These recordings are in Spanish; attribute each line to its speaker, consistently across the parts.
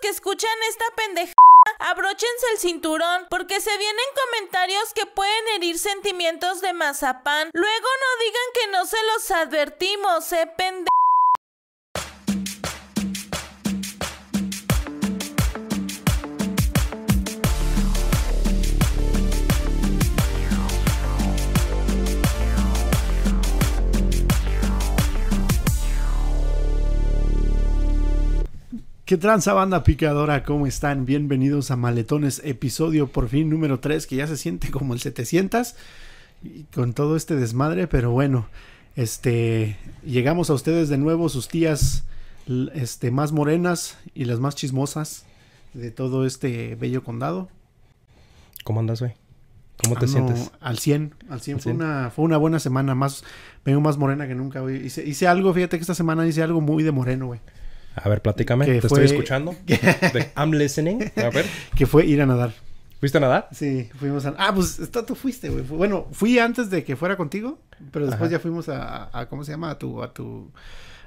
Speaker 1: que escuchan esta pendejada, abróchense el cinturón, porque se vienen comentarios que pueden herir sentimientos de mazapán. Luego no digan que no se los advertimos, eh, pende...
Speaker 2: ¿Qué tranza banda picadora? ¿Cómo están? Bienvenidos a Maletones, episodio por fin número 3, que ya se siente como el 700 y con todo este desmadre, pero bueno, este llegamos a ustedes de nuevo, sus tías l- este más morenas y las más chismosas de todo este bello condado.
Speaker 3: ¿Cómo andas, güey? ¿Cómo te
Speaker 2: Ando
Speaker 3: sientes?
Speaker 2: Al 100, al 100
Speaker 3: Al
Speaker 2: fue
Speaker 3: 100.
Speaker 2: una fue una buena semana, más vengo más morena que nunca, güey. Hice, hice algo, fíjate que esta semana hice algo muy de moreno, güey.
Speaker 3: A ver, platícame.
Speaker 2: Que
Speaker 3: Te
Speaker 2: fue-
Speaker 3: estoy escuchando. De- I'm listening. A ver,
Speaker 2: Que fue ir a nadar.
Speaker 3: ¿fuiste a nadar?
Speaker 2: Sí, fuimos a... Ah, pues está, tú fuiste, güey. Fu- Bueno, fui antes de que fuera contigo, pero después
Speaker 3: Ajá.
Speaker 2: ya fuimos a, a- a- ¿Cómo se llama? A tu... A tu,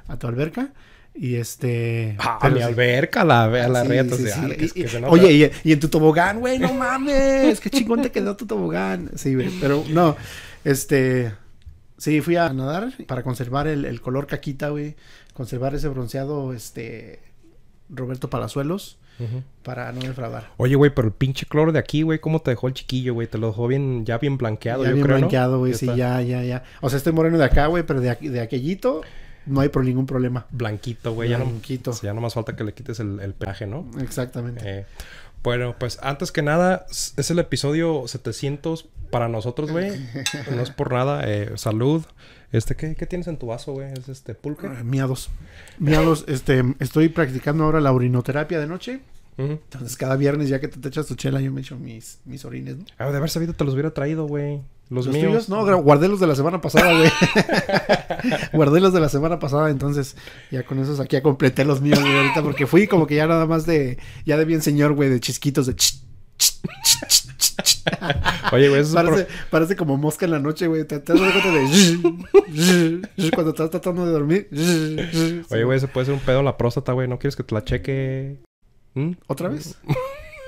Speaker 2: a tu alberca. Y este...
Speaker 3: Ah, a
Speaker 2: pero
Speaker 3: mi
Speaker 2: sí-
Speaker 3: alberca, a la, a la
Speaker 2: sí,
Speaker 3: reta.
Speaker 2: sí,
Speaker 3: o sea,
Speaker 2: sí.
Speaker 3: ah, que es-
Speaker 2: Y-
Speaker 3: que se
Speaker 2: y-
Speaker 3: nota.
Speaker 2: Oye, y, y en tu tobogán, güey, no mames. Qué chingón te quedó tu tobogán. Sí, güey, pero no. Este... Sí, fui a nadar para conservar el, el color caquita, güey. Conservar ese bronceado, este... Roberto Palazuelos.
Speaker 3: Ujú.
Speaker 2: Para no defraudar.
Speaker 3: Oye, güey, pero el pinche cloro de aquí, güey, ¿cómo te dejó el chiquillo, güey? Te lo dejó bien, ya bien blanqueado,
Speaker 2: ya
Speaker 3: yo
Speaker 2: bien
Speaker 3: creo, ¿no?
Speaker 2: blanqueado, güey. Sí,
Speaker 3: está
Speaker 2: ya, ya, ya. O sea, estoy moreno de acá, güey, pero de, aquí- de aquellito no hay por ningún problema.
Speaker 3: Blanquito, güey. Ya, no,
Speaker 2: Blanquito.
Speaker 3: ya nomás falta que le quites el, el penaje, ¿no?
Speaker 2: Exactamente.
Speaker 3: Eh, bueno, pues antes que nada, s- es el episodio 700 para nosotros, güey. No es por nada. eh, salud. Este, ¿qué, ¿Qué tienes en tu vaso, güey? ¿Es este pulque?
Speaker 2: Eh, Miados. Miados, este, estoy practicando ahora la orinoterapia de noche.
Speaker 3: Ujú.
Speaker 2: Entonces, cada viernes, ya que tú te echas tu chela, yo me echo mis, mis orines, ¿no?
Speaker 3: Ah, de haber sabido te los hubiera traído, güey. Los, míos.
Speaker 2: tuyos, no, gra- guardé los de la semana pasada, güey. guardé los de la semana pasada, entonces ya con esos aquí ya completé los míos, güey, ahorita, porque fui como que ya nada más de, ya de bien señor, güey, de chisquitos, de ch, ch, ch, ch, ch, ch.
Speaker 3: Oye, güey, eso es
Speaker 2: Parece, parece como mosca en la noche, güey. Te, te das cuenta de. cuando estás tratando de dormir.
Speaker 3: pro- Oye, güey, eso puede ser un pedo en la próstata, güey. ¿No quieres que te la cheque? ¿Mm?
Speaker 2: ¿Otra vez?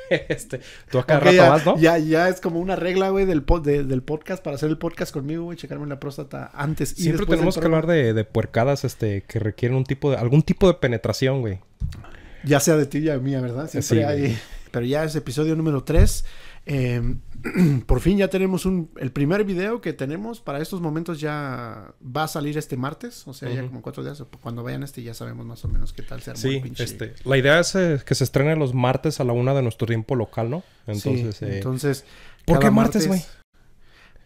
Speaker 3: este, tú a cada
Speaker 2: Ok,
Speaker 3: rato
Speaker 2: ya,
Speaker 3: vas, ¿no?
Speaker 2: ya, ya es como una regla, güey, del, po- de- del podcast para hacer el podcast conmigo, güey, checarme la próstata antes y
Speaker 3: Siempre
Speaker 2: después del
Speaker 3: tenemos que
Speaker 2: programa.
Speaker 3: hablar de, de puercadas este, que requieren un tipo de, algún tipo de penetración, güey.
Speaker 2: Ya sea de ti y de mía, ¿verdad? Siempre
Speaker 3: Sí,
Speaker 2: hay-
Speaker 3: güey.
Speaker 2: Pero ya es episodio número 3. por fin ya tenemos un, el primer video que tenemos para estos momentos ya va a salir este martes, o sea, ya
Speaker 3: Ujú.
Speaker 2: como cuatro días. Cuando vayan este ya sabemos más o menos qué tal se armó el
Speaker 3: Sí,
Speaker 2: pinche-
Speaker 3: este, la idea es eh, que se estrene los martes a la una de nuestro tiempo local, ¿no?
Speaker 2: Sí,
Speaker 3: Entonces, eh,
Speaker 2: entonces
Speaker 3: ¿por
Speaker 2: cada
Speaker 3: qué martes, güey?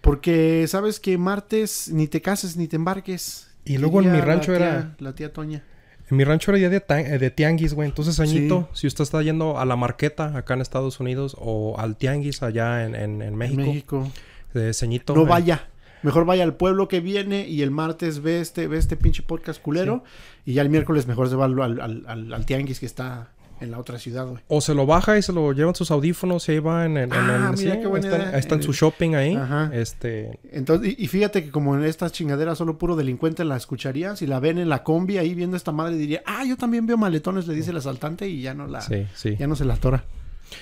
Speaker 2: Porque sabes que martes ni te cases ni te embarques.
Speaker 3: Y luego en
Speaker 2: Diría
Speaker 3: mi rancho
Speaker 2: la tía-
Speaker 3: era-
Speaker 2: La tía Toña.
Speaker 3: en mi rancho era día de, tan- eh, de tianguis, güey. Entonces, Añito, si usted está yendo a la marqueta acá en Estados Unidos o al tianguis allá en, en- en
Speaker 2: En
Speaker 3: México,
Speaker 2: México.
Speaker 3: eh, ceñito,
Speaker 2: No
Speaker 3: eh,
Speaker 2: vaya. Mejor vaya al pueblo que viene y el martes ve este, ve este pinche podcast culero. Y ya el miércoles mejor se va al, al- al- al- al tianguis que está en la otra ciudad, güey.
Speaker 3: O se lo baja y se lo llevan sus audífonos y ahí va en, en- en
Speaker 2: Ah,
Speaker 3: el...
Speaker 2: mira
Speaker 3: sí,
Speaker 2: qué buena
Speaker 3: ahí está,
Speaker 2: idea.
Speaker 3: ahí está en
Speaker 2: En
Speaker 3: su
Speaker 2: el-
Speaker 3: shopping ahí.
Speaker 2: Ajá.
Speaker 3: Este...
Speaker 2: Entonces, y, y fíjate que como en estas chingaderas solo puro delincuente la escucharía. Si la ven en la combi ahí viendo esta madre diría, ah, yo también veo maletones, le dice el asaltante y ya no la...
Speaker 3: Sí, sí.
Speaker 2: Ah. Ya no se la atora.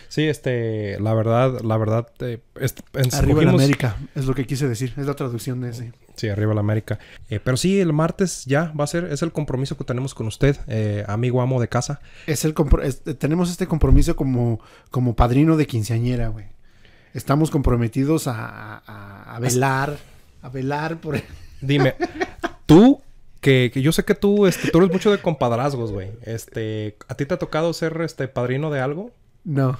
Speaker 3: Sí, este... La verdad, la verdad... eh, est- en-
Speaker 2: Arriba en
Speaker 3: escogimos-
Speaker 2: América, es lo que quise decir. Es la traducción de ese.
Speaker 3: Sí, arriba la América. Eh, pero sí, el martes ya va a ser... Es el compromiso que tenemos con usted, eh, amigo amo de casa.
Speaker 2: Es el compro- es- tenemos este compromiso como, como padrino de quinceañera, güey. Estamos comprometidos a, a- a velar, a velar por...
Speaker 3: Dime, tú... Que, que yo sé que tú, este, tú eres mucho de compadrazgos, güey. Este, ¿a ti te ha tocado ser, este, padrino de algo?
Speaker 2: No,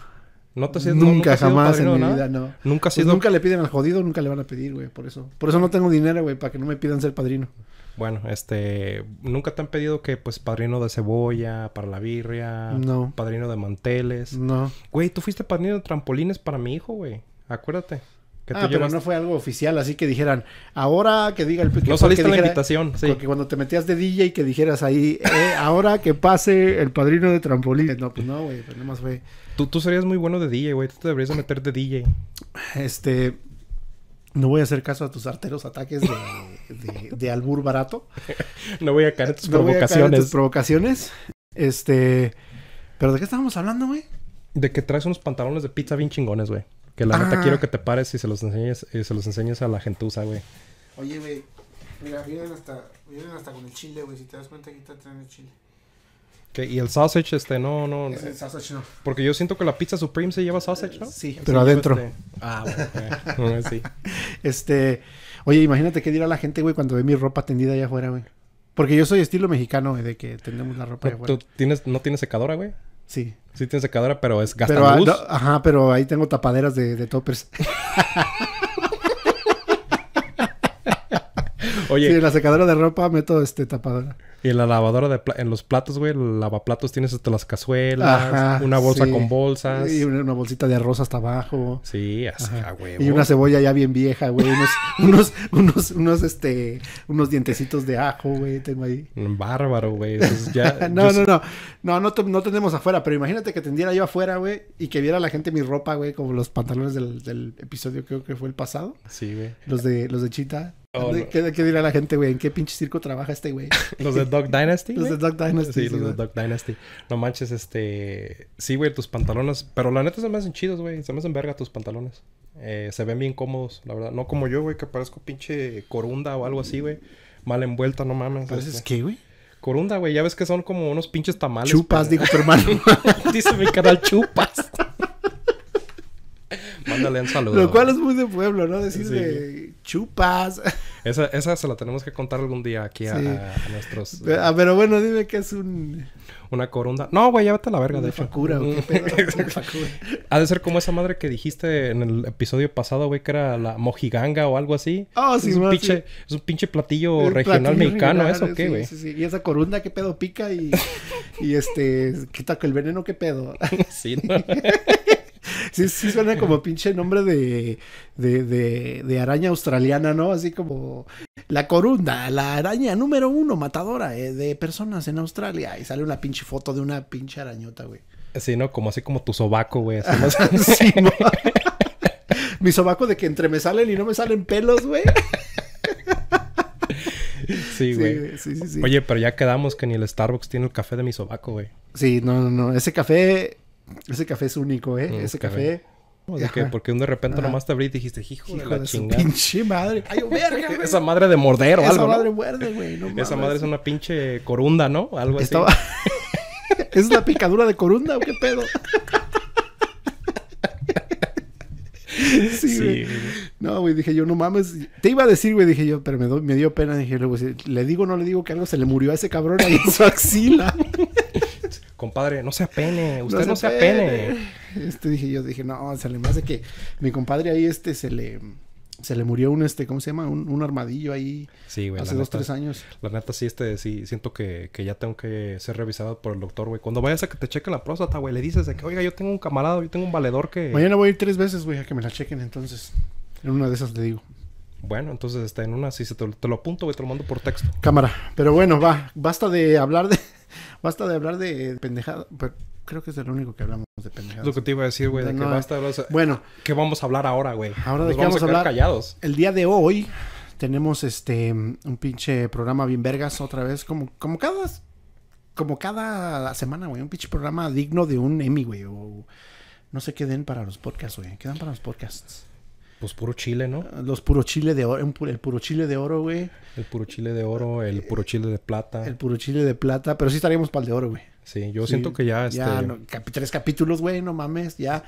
Speaker 3: ¿No te has sido-
Speaker 2: nunca,
Speaker 3: has sido
Speaker 2: jamás en
Speaker 3: padrino
Speaker 2: mi
Speaker 3: de nada?
Speaker 2: vida, no.
Speaker 3: Nunca has
Speaker 2: Pues
Speaker 3: sido...
Speaker 2: Nunca le piden al jodido, nunca le van a pedir, güey, por eso. Por eso no tengo dinero, güey, para que no me pidan ser padrino.
Speaker 3: Bueno, este, nunca te han pedido que, pues, padrino de cebolla para la birria,
Speaker 2: No.
Speaker 3: padrino de manteles.
Speaker 2: No.
Speaker 3: Güey, tú fuiste padrino de trampolines para mi hijo, güey. Acuérdate. Que
Speaker 2: Ah,
Speaker 3: tú
Speaker 2: pero
Speaker 3: llevas-
Speaker 2: no fue algo oficial, así que dijeran, ahora que diga el... que-
Speaker 3: No
Speaker 2: que
Speaker 3: saliste a la
Speaker 2: dijera-
Speaker 3: invitación, sí.
Speaker 2: Porque cuando te metías de DJ que dijeras ahí, eh, ahora que pase el padrino de trampolín. No, pues no, güey, pues nada más fue...
Speaker 3: Tú, tú serías muy bueno de DJ, güey. Tú te deberías de meter de DJ.
Speaker 2: Este. No voy a hacer caso a tus arteros ataques de, de- de albur barato.
Speaker 3: No voy a caer en tus
Speaker 2: No voy a caer en
Speaker 3: provocaciones.
Speaker 2: tus provocaciones. Este. ¿Pero de qué estábamos hablando, güey?
Speaker 3: De que traes unos pantalones de pizza bien chingones, güey. Que la neta
Speaker 2: Ah.
Speaker 3: quiero que te pares y se los enseñes, y se los enseñes a la gentuza, güey.
Speaker 4: Oye, güey. Mira, vienen hasta, vienen hasta con el chile, güey. Si te das cuenta, aquí está traen el chile.
Speaker 3: Que- Y el sausage, este, no, no.
Speaker 4: Es el sausage, no.
Speaker 3: Porque yo siento que la pizza Supreme se lleva sausage, ¿no?
Speaker 4: Sí.
Speaker 2: Pero adentro.
Speaker 3: Este, Ah, bueno. eh, no, sí.
Speaker 2: Este, oye, imagínate qué dirá la gente, güey, cuando ve mi ropa tendida allá afuera, güey. Porque yo soy estilo mexicano, güey, de que tendemos la ropa allá
Speaker 3: ¿Tú
Speaker 2: afuera.
Speaker 3: tienes, no tienes secadora, güey?
Speaker 2: Sí.
Speaker 3: Sí tienes secadora, pero es gasta
Speaker 2: Pero, ah,
Speaker 3: luz.
Speaker 2: no, ajá, pero ahí tengo tapaderas de, de toppers.
Speaker 3: Oye,
Speaker 2: Sí, en la secadora de ropa meto este tapadora.
Speaker 3: y la lavadora de pla- en los platos, güey, el lavaplatos tienes hasta las cazuelas,
Speaker 2: Ajá,
Speaker 3: una bolsa
Speaker 2: sí.
Speaker 3: con bolsas. Ah,
Speaker 2: Y una, una bolsita de arroz hasta abajo.
Speaker 3: Sí, así, a huevo.
Speaker 2: Y una cebolla ya bien vieja, güey. Unos, unos, unos, unos, este, unos dientecitos de ajo, güey, tengo ahí.
Speaker 3: Bárbaro, güey. Eso es ya-
Speaker 2: No,
Speaker 3: yo-
Speaker 2: no, no. No, no, te- no tenemos afuera, pero imagínate que tendiera yo afuera, güey, y que viera la gente mi ropa, güey, como los pantalones del, del episodio, creo que fue el pasado.
Speaker 3: Sí, güey.
Speaker 2: Los de, los de Chita.
Speaker 3: Oh,
Speaker 2: ¿Qué-
Speaker 3: no.
Speaker 2: ¿Qué, qué dirá la gente, güey? ¿En qué pinche circo trabaja este güey?
Speaker 3: Los de Dog Dynasty.
Speaker 2: Los de
Speaker 3: güey.
Speaker 2: Duck Dynasty.
Speaker 3: Sí, los de
Speaker 2: güey.
Speaker 3: Dog Dynasty. No manches, este. Sí, güey, tus pantalones. Pero la neta se me hacen chidos, güey. Se me hacen verga tus pantalones. Eh, se ven bien cómodos, la verdad. No como yo, güey, que parezco pinche corunda o algo así, güey. Mal envuelta, no mames.
Speaker 2: ¿Pareces
Speaker 3: este.
Speaker 2: qué, güey?
Speaker 3: Corunda, güey. Ya ves que son como unos pinches tamales.
Speaker 2: Chupas, dijo tu hermano.
Speaker 3: pero- Dice mi canal, chupas. Mándale un saludo.
Speaker 2: Lo cual
Speaker 3: güey.
Speaker 2: es muy de pueblo, ¿no? Decir
Speaker 3: Sí.
Speaker 2: de chupas.
Speaker 3: esa, esa se la tenemos que contar algún día aquí a,
Speaker 2: Sí.
Speaker 3: a- a nuestros.
Speaker 2: Ah, Pero bueno, dime que es un...
Speaker 3: Una corunda. No, güey, llévate a la verga, de
Speaker 2: una
Speaker 3: hecho.
Speaker 2: facura, ¿o qué pedo? Una facura.
Speaker 3: Ha de ser como esa madre que dijiste en el episodio pasado, güey, que era la mojiganga o algo así.
Speaker 2: Ah, sí,
Speaker 3: es, un
Speaker 2: más,
Speaker 3: pinche,
Speaker 2: sí.
Speaker 3: es un pinche platillo
Speaker 2: El
Speaker 3: regional
Speaker 2: platillo
Speaker 3: mexicano,
Speaker 2: regional,
Speaker 3: ¿eso qué,
Speaker 2: sí,
Speaker 3: güey?
Speaker 2: sí, sí. Y esa corunda, qué pedo pica y, y este, quita el veneno, qué pedo.
Speaker 3: Sí, ¿no?
Speaker 2: Sí, sí suena como pinche nombre de, de, de, de araña australiana, ¿no? Así como la corunda, la araña número uno matadora eh, de personas en Australia. Y sale una pinche foto de una pinche arañota, güey.
Speaker 3: Sí, ¿no? Como así como tu sobaco, güey. así, ¿no?
Speaker 2: Sí, mo- Mi sobaco de que entre me salen y no me salen pelos, güey. Sí,
Speaker 3: Sí, güey.
Speaker 2: güey, sí, sí, sí.
Speaker 3: Oye, pero ya quedamos que ni el Starbucks tiene el café de mi sobaco, güey.
Speaker 2: Sí, no, no, no. Ese café, ese café es único, ¿eh?
Speaker 3: Mm,
Speaker 2: ese
Speaker 3: está
Speaker 2: café.
Speaker 3: bien. O sea, que
Speaker 2: Ajá.
Speaker 3: porque de repente
Speaker 2: Ajá.
Speaker 3: nomás te abrí y dijiste, hijo, de
Speaker 2: Hijo
Speaker 3: la
Speaker 2: de su
Speaker 3: chingada.
Speaker 2: pinche madre. Cayó verga, güey.
Speaker 3: Esa madre de morder o
Speaker 2: Esa
Speaker 3: algo, ¿no?
Speaker 2: madre muerde, güey. no
Speaker 3: Esa
Speaker 2: mames.
Speaker 3: madre es una pinche corunda, ¿no? Algo así.
Speaker 2: Estaba... ¿Es la picadura de corunda o qué pedo? sí,
Speaker 3: Sí,
Speaker 2: güey.
Speaker 3: güey.
Speaker 2: No, güey, dije yo, no mames. Te iba a decir, güey, dije yo, pero me, do- me dio pena. Dije, luego, si le digo o no le digo que algo se le murió a ese cabrón ahí en su axila.
Speaker 3: Compadre, no se apene. Usted no, se
Speaker 2: pene.
Speaker 3: apene.
Speaker 2: Este dije yo, dije, no, se le me hace que mi compadre ahí, este, se le, se le murió un, este, ¿cómo se llama? Un, un armadillo ahí
Speaker 3: Sí, güey. la
Speaker 2: hace dos,
Speaker 3: neta.
Speaker 2: tres años.
Speaker 3: La neta, sí, este, sí, siento que, que ya tengo que ser revisado por el doctor, güey. Cuando vayas a que te cheque la próstata, güey, le dices de que, oiga, yo tengo un camarada, yo tengo un valedor que...
Speaker 2: Mañana voy a ir tres veces, güey, a que me la chequen, entonces. En una de esas le digo.
Speaker 3: Bueno, entonces, está en una, sí, se te, te lo apunto, güey, te lo mando por texto.
Speaker 2: Cámara. Pero bueno, va. Basta de hablar de. Basta de hablar de pendejada. Pero creo que es de lo único que hablamos de
Speaker 3: Es lo
Speaker 2: pendejadas.
Speaker 3: que te iba a decir, güey, de
Speaker 2: No,
Speaker 3: que
Speaker 2: no,
Speaker 3: basta, o sea,
Speaker 2: Bueno,
Speaker 3: ¿Qué vamos a hablar ahora, güey?
Speaker 2: Ahora, ¿de
Speaker 3: Nos
Speaker 2: qué vamos a
Speaker 3: quedar
Speaker 2: hablar?
Speaker 3: callados.
Speaker 2: el día de hoy tenemos este un pinche programa bien vergas otra vez. Como, como cada. Como cada semana, güey. Un pinche programa digno de un Emmy, güey. O no sé qué den para los podcasts, güey. ¿Qué dan para los podcasts?
Speaker 3: Pues puro chile, ¿no?
Speaker 2: Los puro chile de oro. un pu- El puro chile de oro, güey.
Speaker 3: El puro chile de oro, el puro chile de plata.
Speaker 2: El puro chile de plata. Pero sí estaríamos para el de oro, güey.
Speaker 3: Sí, yo
Speaker 2: Sí,
Speaker 3: siento que ya, este...
Speaker 2: Ya, no, capi- tres capítulos, güey, no mames. Ya,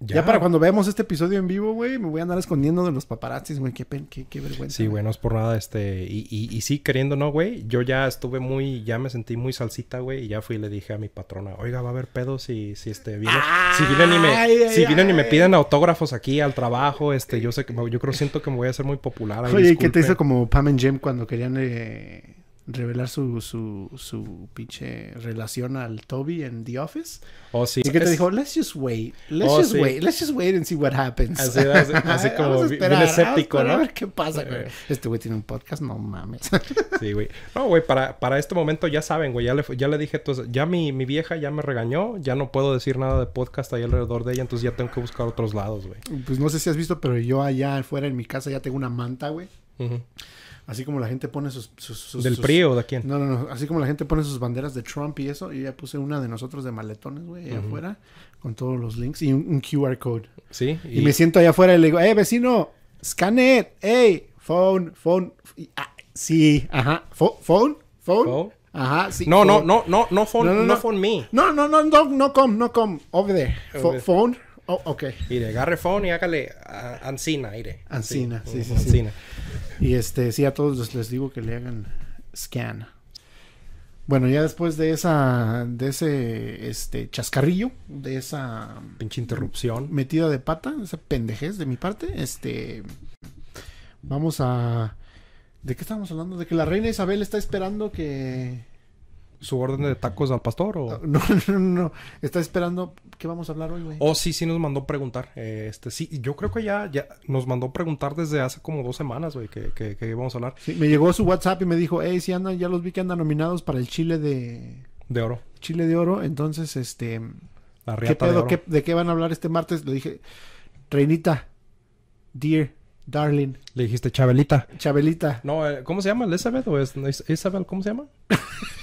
Speaker 2: ya.
Speaker 3: ya-
Speaker 2: para cuando veamos este episodio en vivo, güey, me voy a andar escondiendo de los paparazzis, güey. Qué, pen- qué, qué vergüenza.
Speaker 3: Sí, güey, no es por nada, este, y, y, y sí, queriendo no, güey, yo ya estuve muy, ya me sentí muy salsita, güey, y ya fui y le dije a mi patrona, oiga, va a haber pedo si, si, este, viene, si vienen y
Speaker 2: Ay,
Speaker 3: me,
Speaker 2: ay,
Speaker 3: si vienen y me
Speaker 2: ay.
Speaker 3: piden autógrafos aquí al trabajo, este, yo sé que, me- yo creo, siento que me voy a hacer muy popular. ahí,
Speaker 2: Oye, ¿y qué te
Speaker 3: disculpe".
Speaker 2: hizo como Pam and Jem cuando querían eh, revelar su, su, su pinche relación al Toby en The Office?
Speaker 3: Oh, sí.
Speaker 2: Y que te
Speaker 3: es-
Speaker 2: dijo, let's just wait, let's
Speaker 3: Oh,
Speaker 2: just
Speaker 3: sí.
Speaker 2: wait, let's just wait and see what happens.
Speaker 3: Así, así- así
Speaker 2: Ay,
Speaker 3: como
Speaker 2: vamos a
Speaker 3: bi-
Speaker 2: esperar, vamos
Speaker 3: bien
Speaker 2: a
Speaker 3: escéptico,
Speaker 2: esperar A
Speaker 3: ¿no?
Speaker 2: ver qué pasa, güey.
Speaker 3: Eh.
Speaker 2: Este güey tiene un podcast, no mames.
Speaker 3: Sí, güey. No, güey, para, para este momento ya saben, güey, ya le, ya le dije, entonces, ya mi, mi vieja ya me regañó, ya no puedo decir nada de podcast ahí alrededor de ella, entonces ya tengo que buscar otros lados, güey.
Speaker 2: pues no sé si has visto, pero yo allá afuera en mi casa ya tengo una manta, güey.
Speaker 3: Ujú.
Speaker 2: Así como la gente pone sus... sus- sus-
Speaker 3: ¿Del
Speaker 2: sus-
Speaker 3: PRI o de quién?
Speaker 2: No, no, no. Así como la gente pone sus banderas de Trump y eso, yo ya puse una de nosotros de maletones, güey, allá afuera, con todos los links y un, un QR code.
Speaker 3: Sí.
Speaker 2: Y, me siento allá afuera y le digo, eh, vecino, scan it, hey, phone, phone. Y, ah, sí, ajá, fo- phone, phone,
Speaker 3: Phone.
Speaker 2: Ajá, sí.
Speaker 3: No, no,
Speaker 2: phone.
Speaker 3: no, no, no phone,
Speaker 2: No,
Speaker 3: no,
Speaker 2: no, no.
Speaker 3: phone me.
Speaker 2: No, no, no, no, no come, no come. Over there. Fo-
Speaker 3: Over.
Speaker 2: Phone. Oh, ok.
Speaker 3: Mire, agarre phone y hágale a- Ancina, ire.
Speaker 2: Ancina, sí, sí, sí.
Speaker 3: Ancina.
Speaker 2: Y este, sí, a todos les, les digo que le hagan scan. Bueno, ya después de esa, de ese, este, chascarrillo, de esa
Speaker 3: Pinche interrupción.
Speaker 2: metida de pata, esa pendejez de mi parte, este, vamos a, ¿de qué estamos hablando? De que la reina Isabel está esperando que,
Speaker 3: ¿Su orden de tacos al pastor o...?
Speaker 2: no, no, no, no, está esperando, ¿qué vamos a hablar hoy, güey?
Speaker 3: Oh, sí, sí nos mandó preguntar. Eh, este, sí, yo creo que ya, ya nos mandó preguntar desde hace como dos semanas, güey, que, que, que íbamos a hablar
Speaker 2: Sí, me llegó su WhatsApp y me dijo, hey, si andan, ya los vi que andan nominados para el Chile de,
Speaker 3: de oro.
Speaker 2: Chile de Oro, entonces, este,
Speaker 3: La
Speaker 2: ¿Qué
Speaker 3: riata de
Speaker 2: pedo?
Speaker 3: oro.
Speaker 2: ¿Qué- ¿De qué van a hablar este martes? Le dije, Reinita, Dear, Darling,
Speaker 3: Le dijiste, Chabelita.
Speaker 2: Chabelita.
Speaker 3: No, eh, ¿cómo se llama? ¿Elizabeth o es, es- Isabel? ¿Cómo se llama?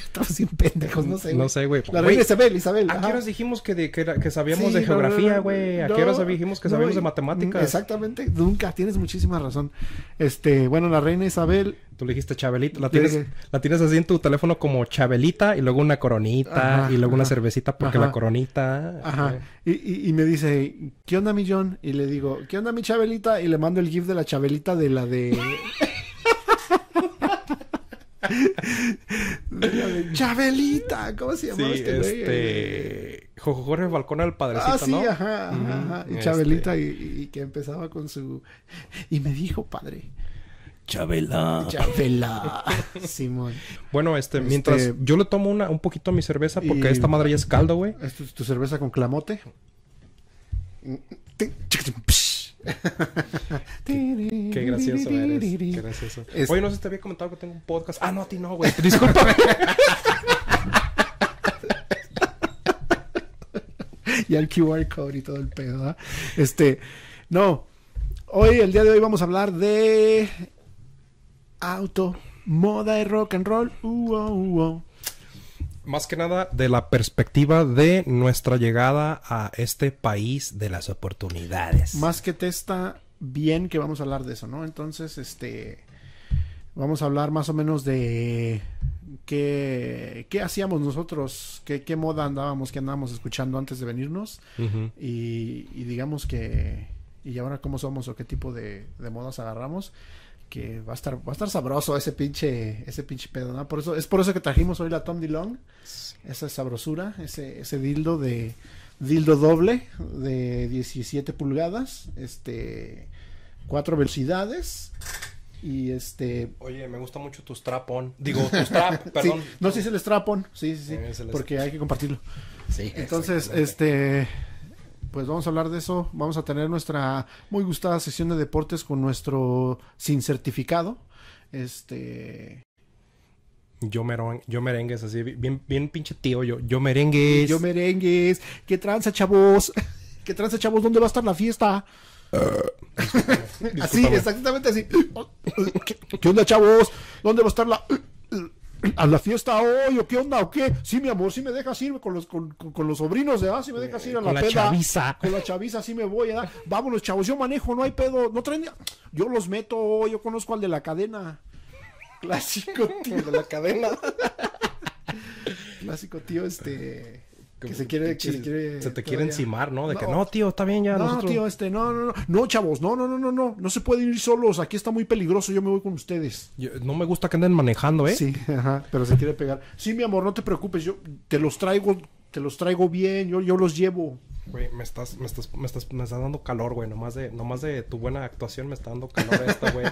Speaker 2: Estamos sin pendejos, no sé.
Speaker 3: No
Speaker 2: güey.
Speaker 3: sé, güey.
Speaker 2: La
Speaker 3: Güey,
Speaker 2: reina Isabel, Isabel.
Speaker 3: ¿A qué
Speaker 2: ajá.
Speaker 3: horas dijimos que, de- que, era- que sabíamos
Speaker 2: Sí,
Speaker 3: de
Speaker 2: no,
Speaker 3: geografía,
Speaker 2: no,
Speaker 3: güey? ¿A
Speaker 2: no,
Speaker 3: qué horas dijimos que
Speaker 2: no,
Speaker 3: sabíamos de
Speaker 2: y-
Speaker 3: matemáticas?
Speaker 2: Exactamente, nunca, tienes muchísima razón. Este, bueno, la reina Isabel,
Speaker 3: Tú le dijiste Chabelita. La
Speaker 2: Yo
Speaker 3: tienes,
Speaker 2: dije-
Speaker 3: la tienes así en tu teléfono como Chabelita y luego una coronita
Speaker 2: Ajá,
Speaker 3: y luego una
Speaker 2: ajá,
Speaker 3: cervecita porque
Speaker 2: ajá.
Speaker 3: la coronita.
Speaker 2: ajá,
Speaker 3: eh,
Speaker 2: y, y- y me dice, ¿qué onda mi John? Y le digo, ¿qué onda mi Chabelita? Y le mando el gif de la Chabelita de la de... De la de Chabelita, ¿cómo se
Speaker 3: Sí,
Speaker 2: llamaba este güey? eh.
Speaker 3: este. Jo- Jorge Balcón el padrecito,
Speaker 2: Ah, sí,
Speaker 3: ¿no?
Speaker 2: ajá, ajá,
Speaker 3: Ujú,
Speaker 2: ajá. Y
Speaker 3: este.
Speaker 2: Chabelita y, y que empezaba con su... Y me dijo, padre,
Speaker 3: Chabela.
Speaker 2: Chabela, Simón.
Speaker 3: Bueno, este, mientras
Speaker 2: Este-
Speaker 3: yo le tomo una, un poquito a mi cerveza porque
Speaker 2: Y-
Speaker 3: esta madre ya es caldo, güey.
Speaker 2: ¿Esto es tu cerveza con clamote? Mm,
Speaker 3: Qué
Speaker 2: Qué
Speaker 3: gracioso eres. Qué gracioso.
Speaker 2: Es-
Speaker 3: Oye, no sé si te había comentado que tengo un podcast. Ah, no, a ti no, güey. Discúlpame.
Speaker 2: Y el QR code y todo el pedo, ¿verdad? Este, no. Hoy, el día de hoy vamos a hablar de auto, moda y rock and roll. Uh, oh, uh, oh.
Speaker 3: Más que nada de la perspectiva de nuestra llegada a este país de las oportunidades.
Speaker 2: Más que te está bien que vamos a hablar de eso, ¿no? Entonces, este. Vamos a hablar más o menos de qué, qué hacíamos nosotros, qué, qué moda andábamos, qué andábamos escuchando antes de venirnos
Speaker 3: Ujú.
Speaker 2: y, y digamos que y ahora cómo somos o qué tipo de, de modas agarramos que va a estar va a estar sabroso ese pinche ese pinche pedo ¿no? por eso es por eso que trajimos hoy la Tom DeLong esa sabrosura ese ese dildo de dildo doble de 17 pulgadas este cuatro velocidades y este
Speaker 3: Oye, me gusta mucho tu strapón. Digo, tu strap,
Speaker 2: sí,
Speaker 3: perdón.
Speaker 2: no si se el strapon sí sí sí
Speaker 3: También se les-
Speaker 2: porque hay que compartirlo
Speaker 3: Sí,
Speaker 2: entonces,
Speaker 3: exactamente.
Speaker 2: este, pues vamos a hablar de eso. Vamos a tener nuestra muy gustada sesión de deportes con nuestro sin certificado. Este,
Speaker 3: Yo, meron- yo merengues, así, bien, bien pinche tío. Yo, yo merengues.
Speaker 2: yo merengues, qué tranza, chavos. ¿Qué tranza, chavos? ¿Dónde va a estar la fiesta? así,
Speaker 3: Eh, discúlpame.
Speaker 2: exactamente así. ¿Qué, qué onda, chavos? ¿Dónde va a estar la a la fiesta hoy o qué onda o qué? Sí, mi amor, sí me dejas ir con los con, con- con los sobrinos, ¿verdad? Sí me dejas ir a la,
Speaker 3: Eh, Con la
Speaker 2: peda.
Speaker 3: chaviza.
Speaker 2: Con la chaviza sí me voy, ¿verdad? Vámonos, chavos, yo manejo, no hay pedo, no traen yo los meto, yo conozco al de la cadena. Clásico tío de la cadena. Clásico tío este que se quiere, que se, quiere
Speaker 3: te quiere
Speaker 2: todavía-
Speaker 3: encimar, ¿no? De que
Speaker 2: No.
Speaker 3: no, tío, está bien ya.
Speaker 2: No,
Speaker 3: nosotros...
Speaker 2: tío, este, no, no, no, no, chavos, no, no, no, no, no, no se pueden ir solos, aquí está muy peligroso, yo me voy con ustedes.
Speaker 3: Yo- no me gusta que anden manejando, ¿eh?
Speaker 2: Sí, ajá, pero se quiere pegar. Sí, mi amor, no te preocupes, yo te los traigo, te los traigo bien, yo, yo los llevo.
Speaker 3: Güey, me estás, me estás, me estás, me estás dando calor, güey. Nomás de, nomás de tu buena actuación me está dando calor esta, güey.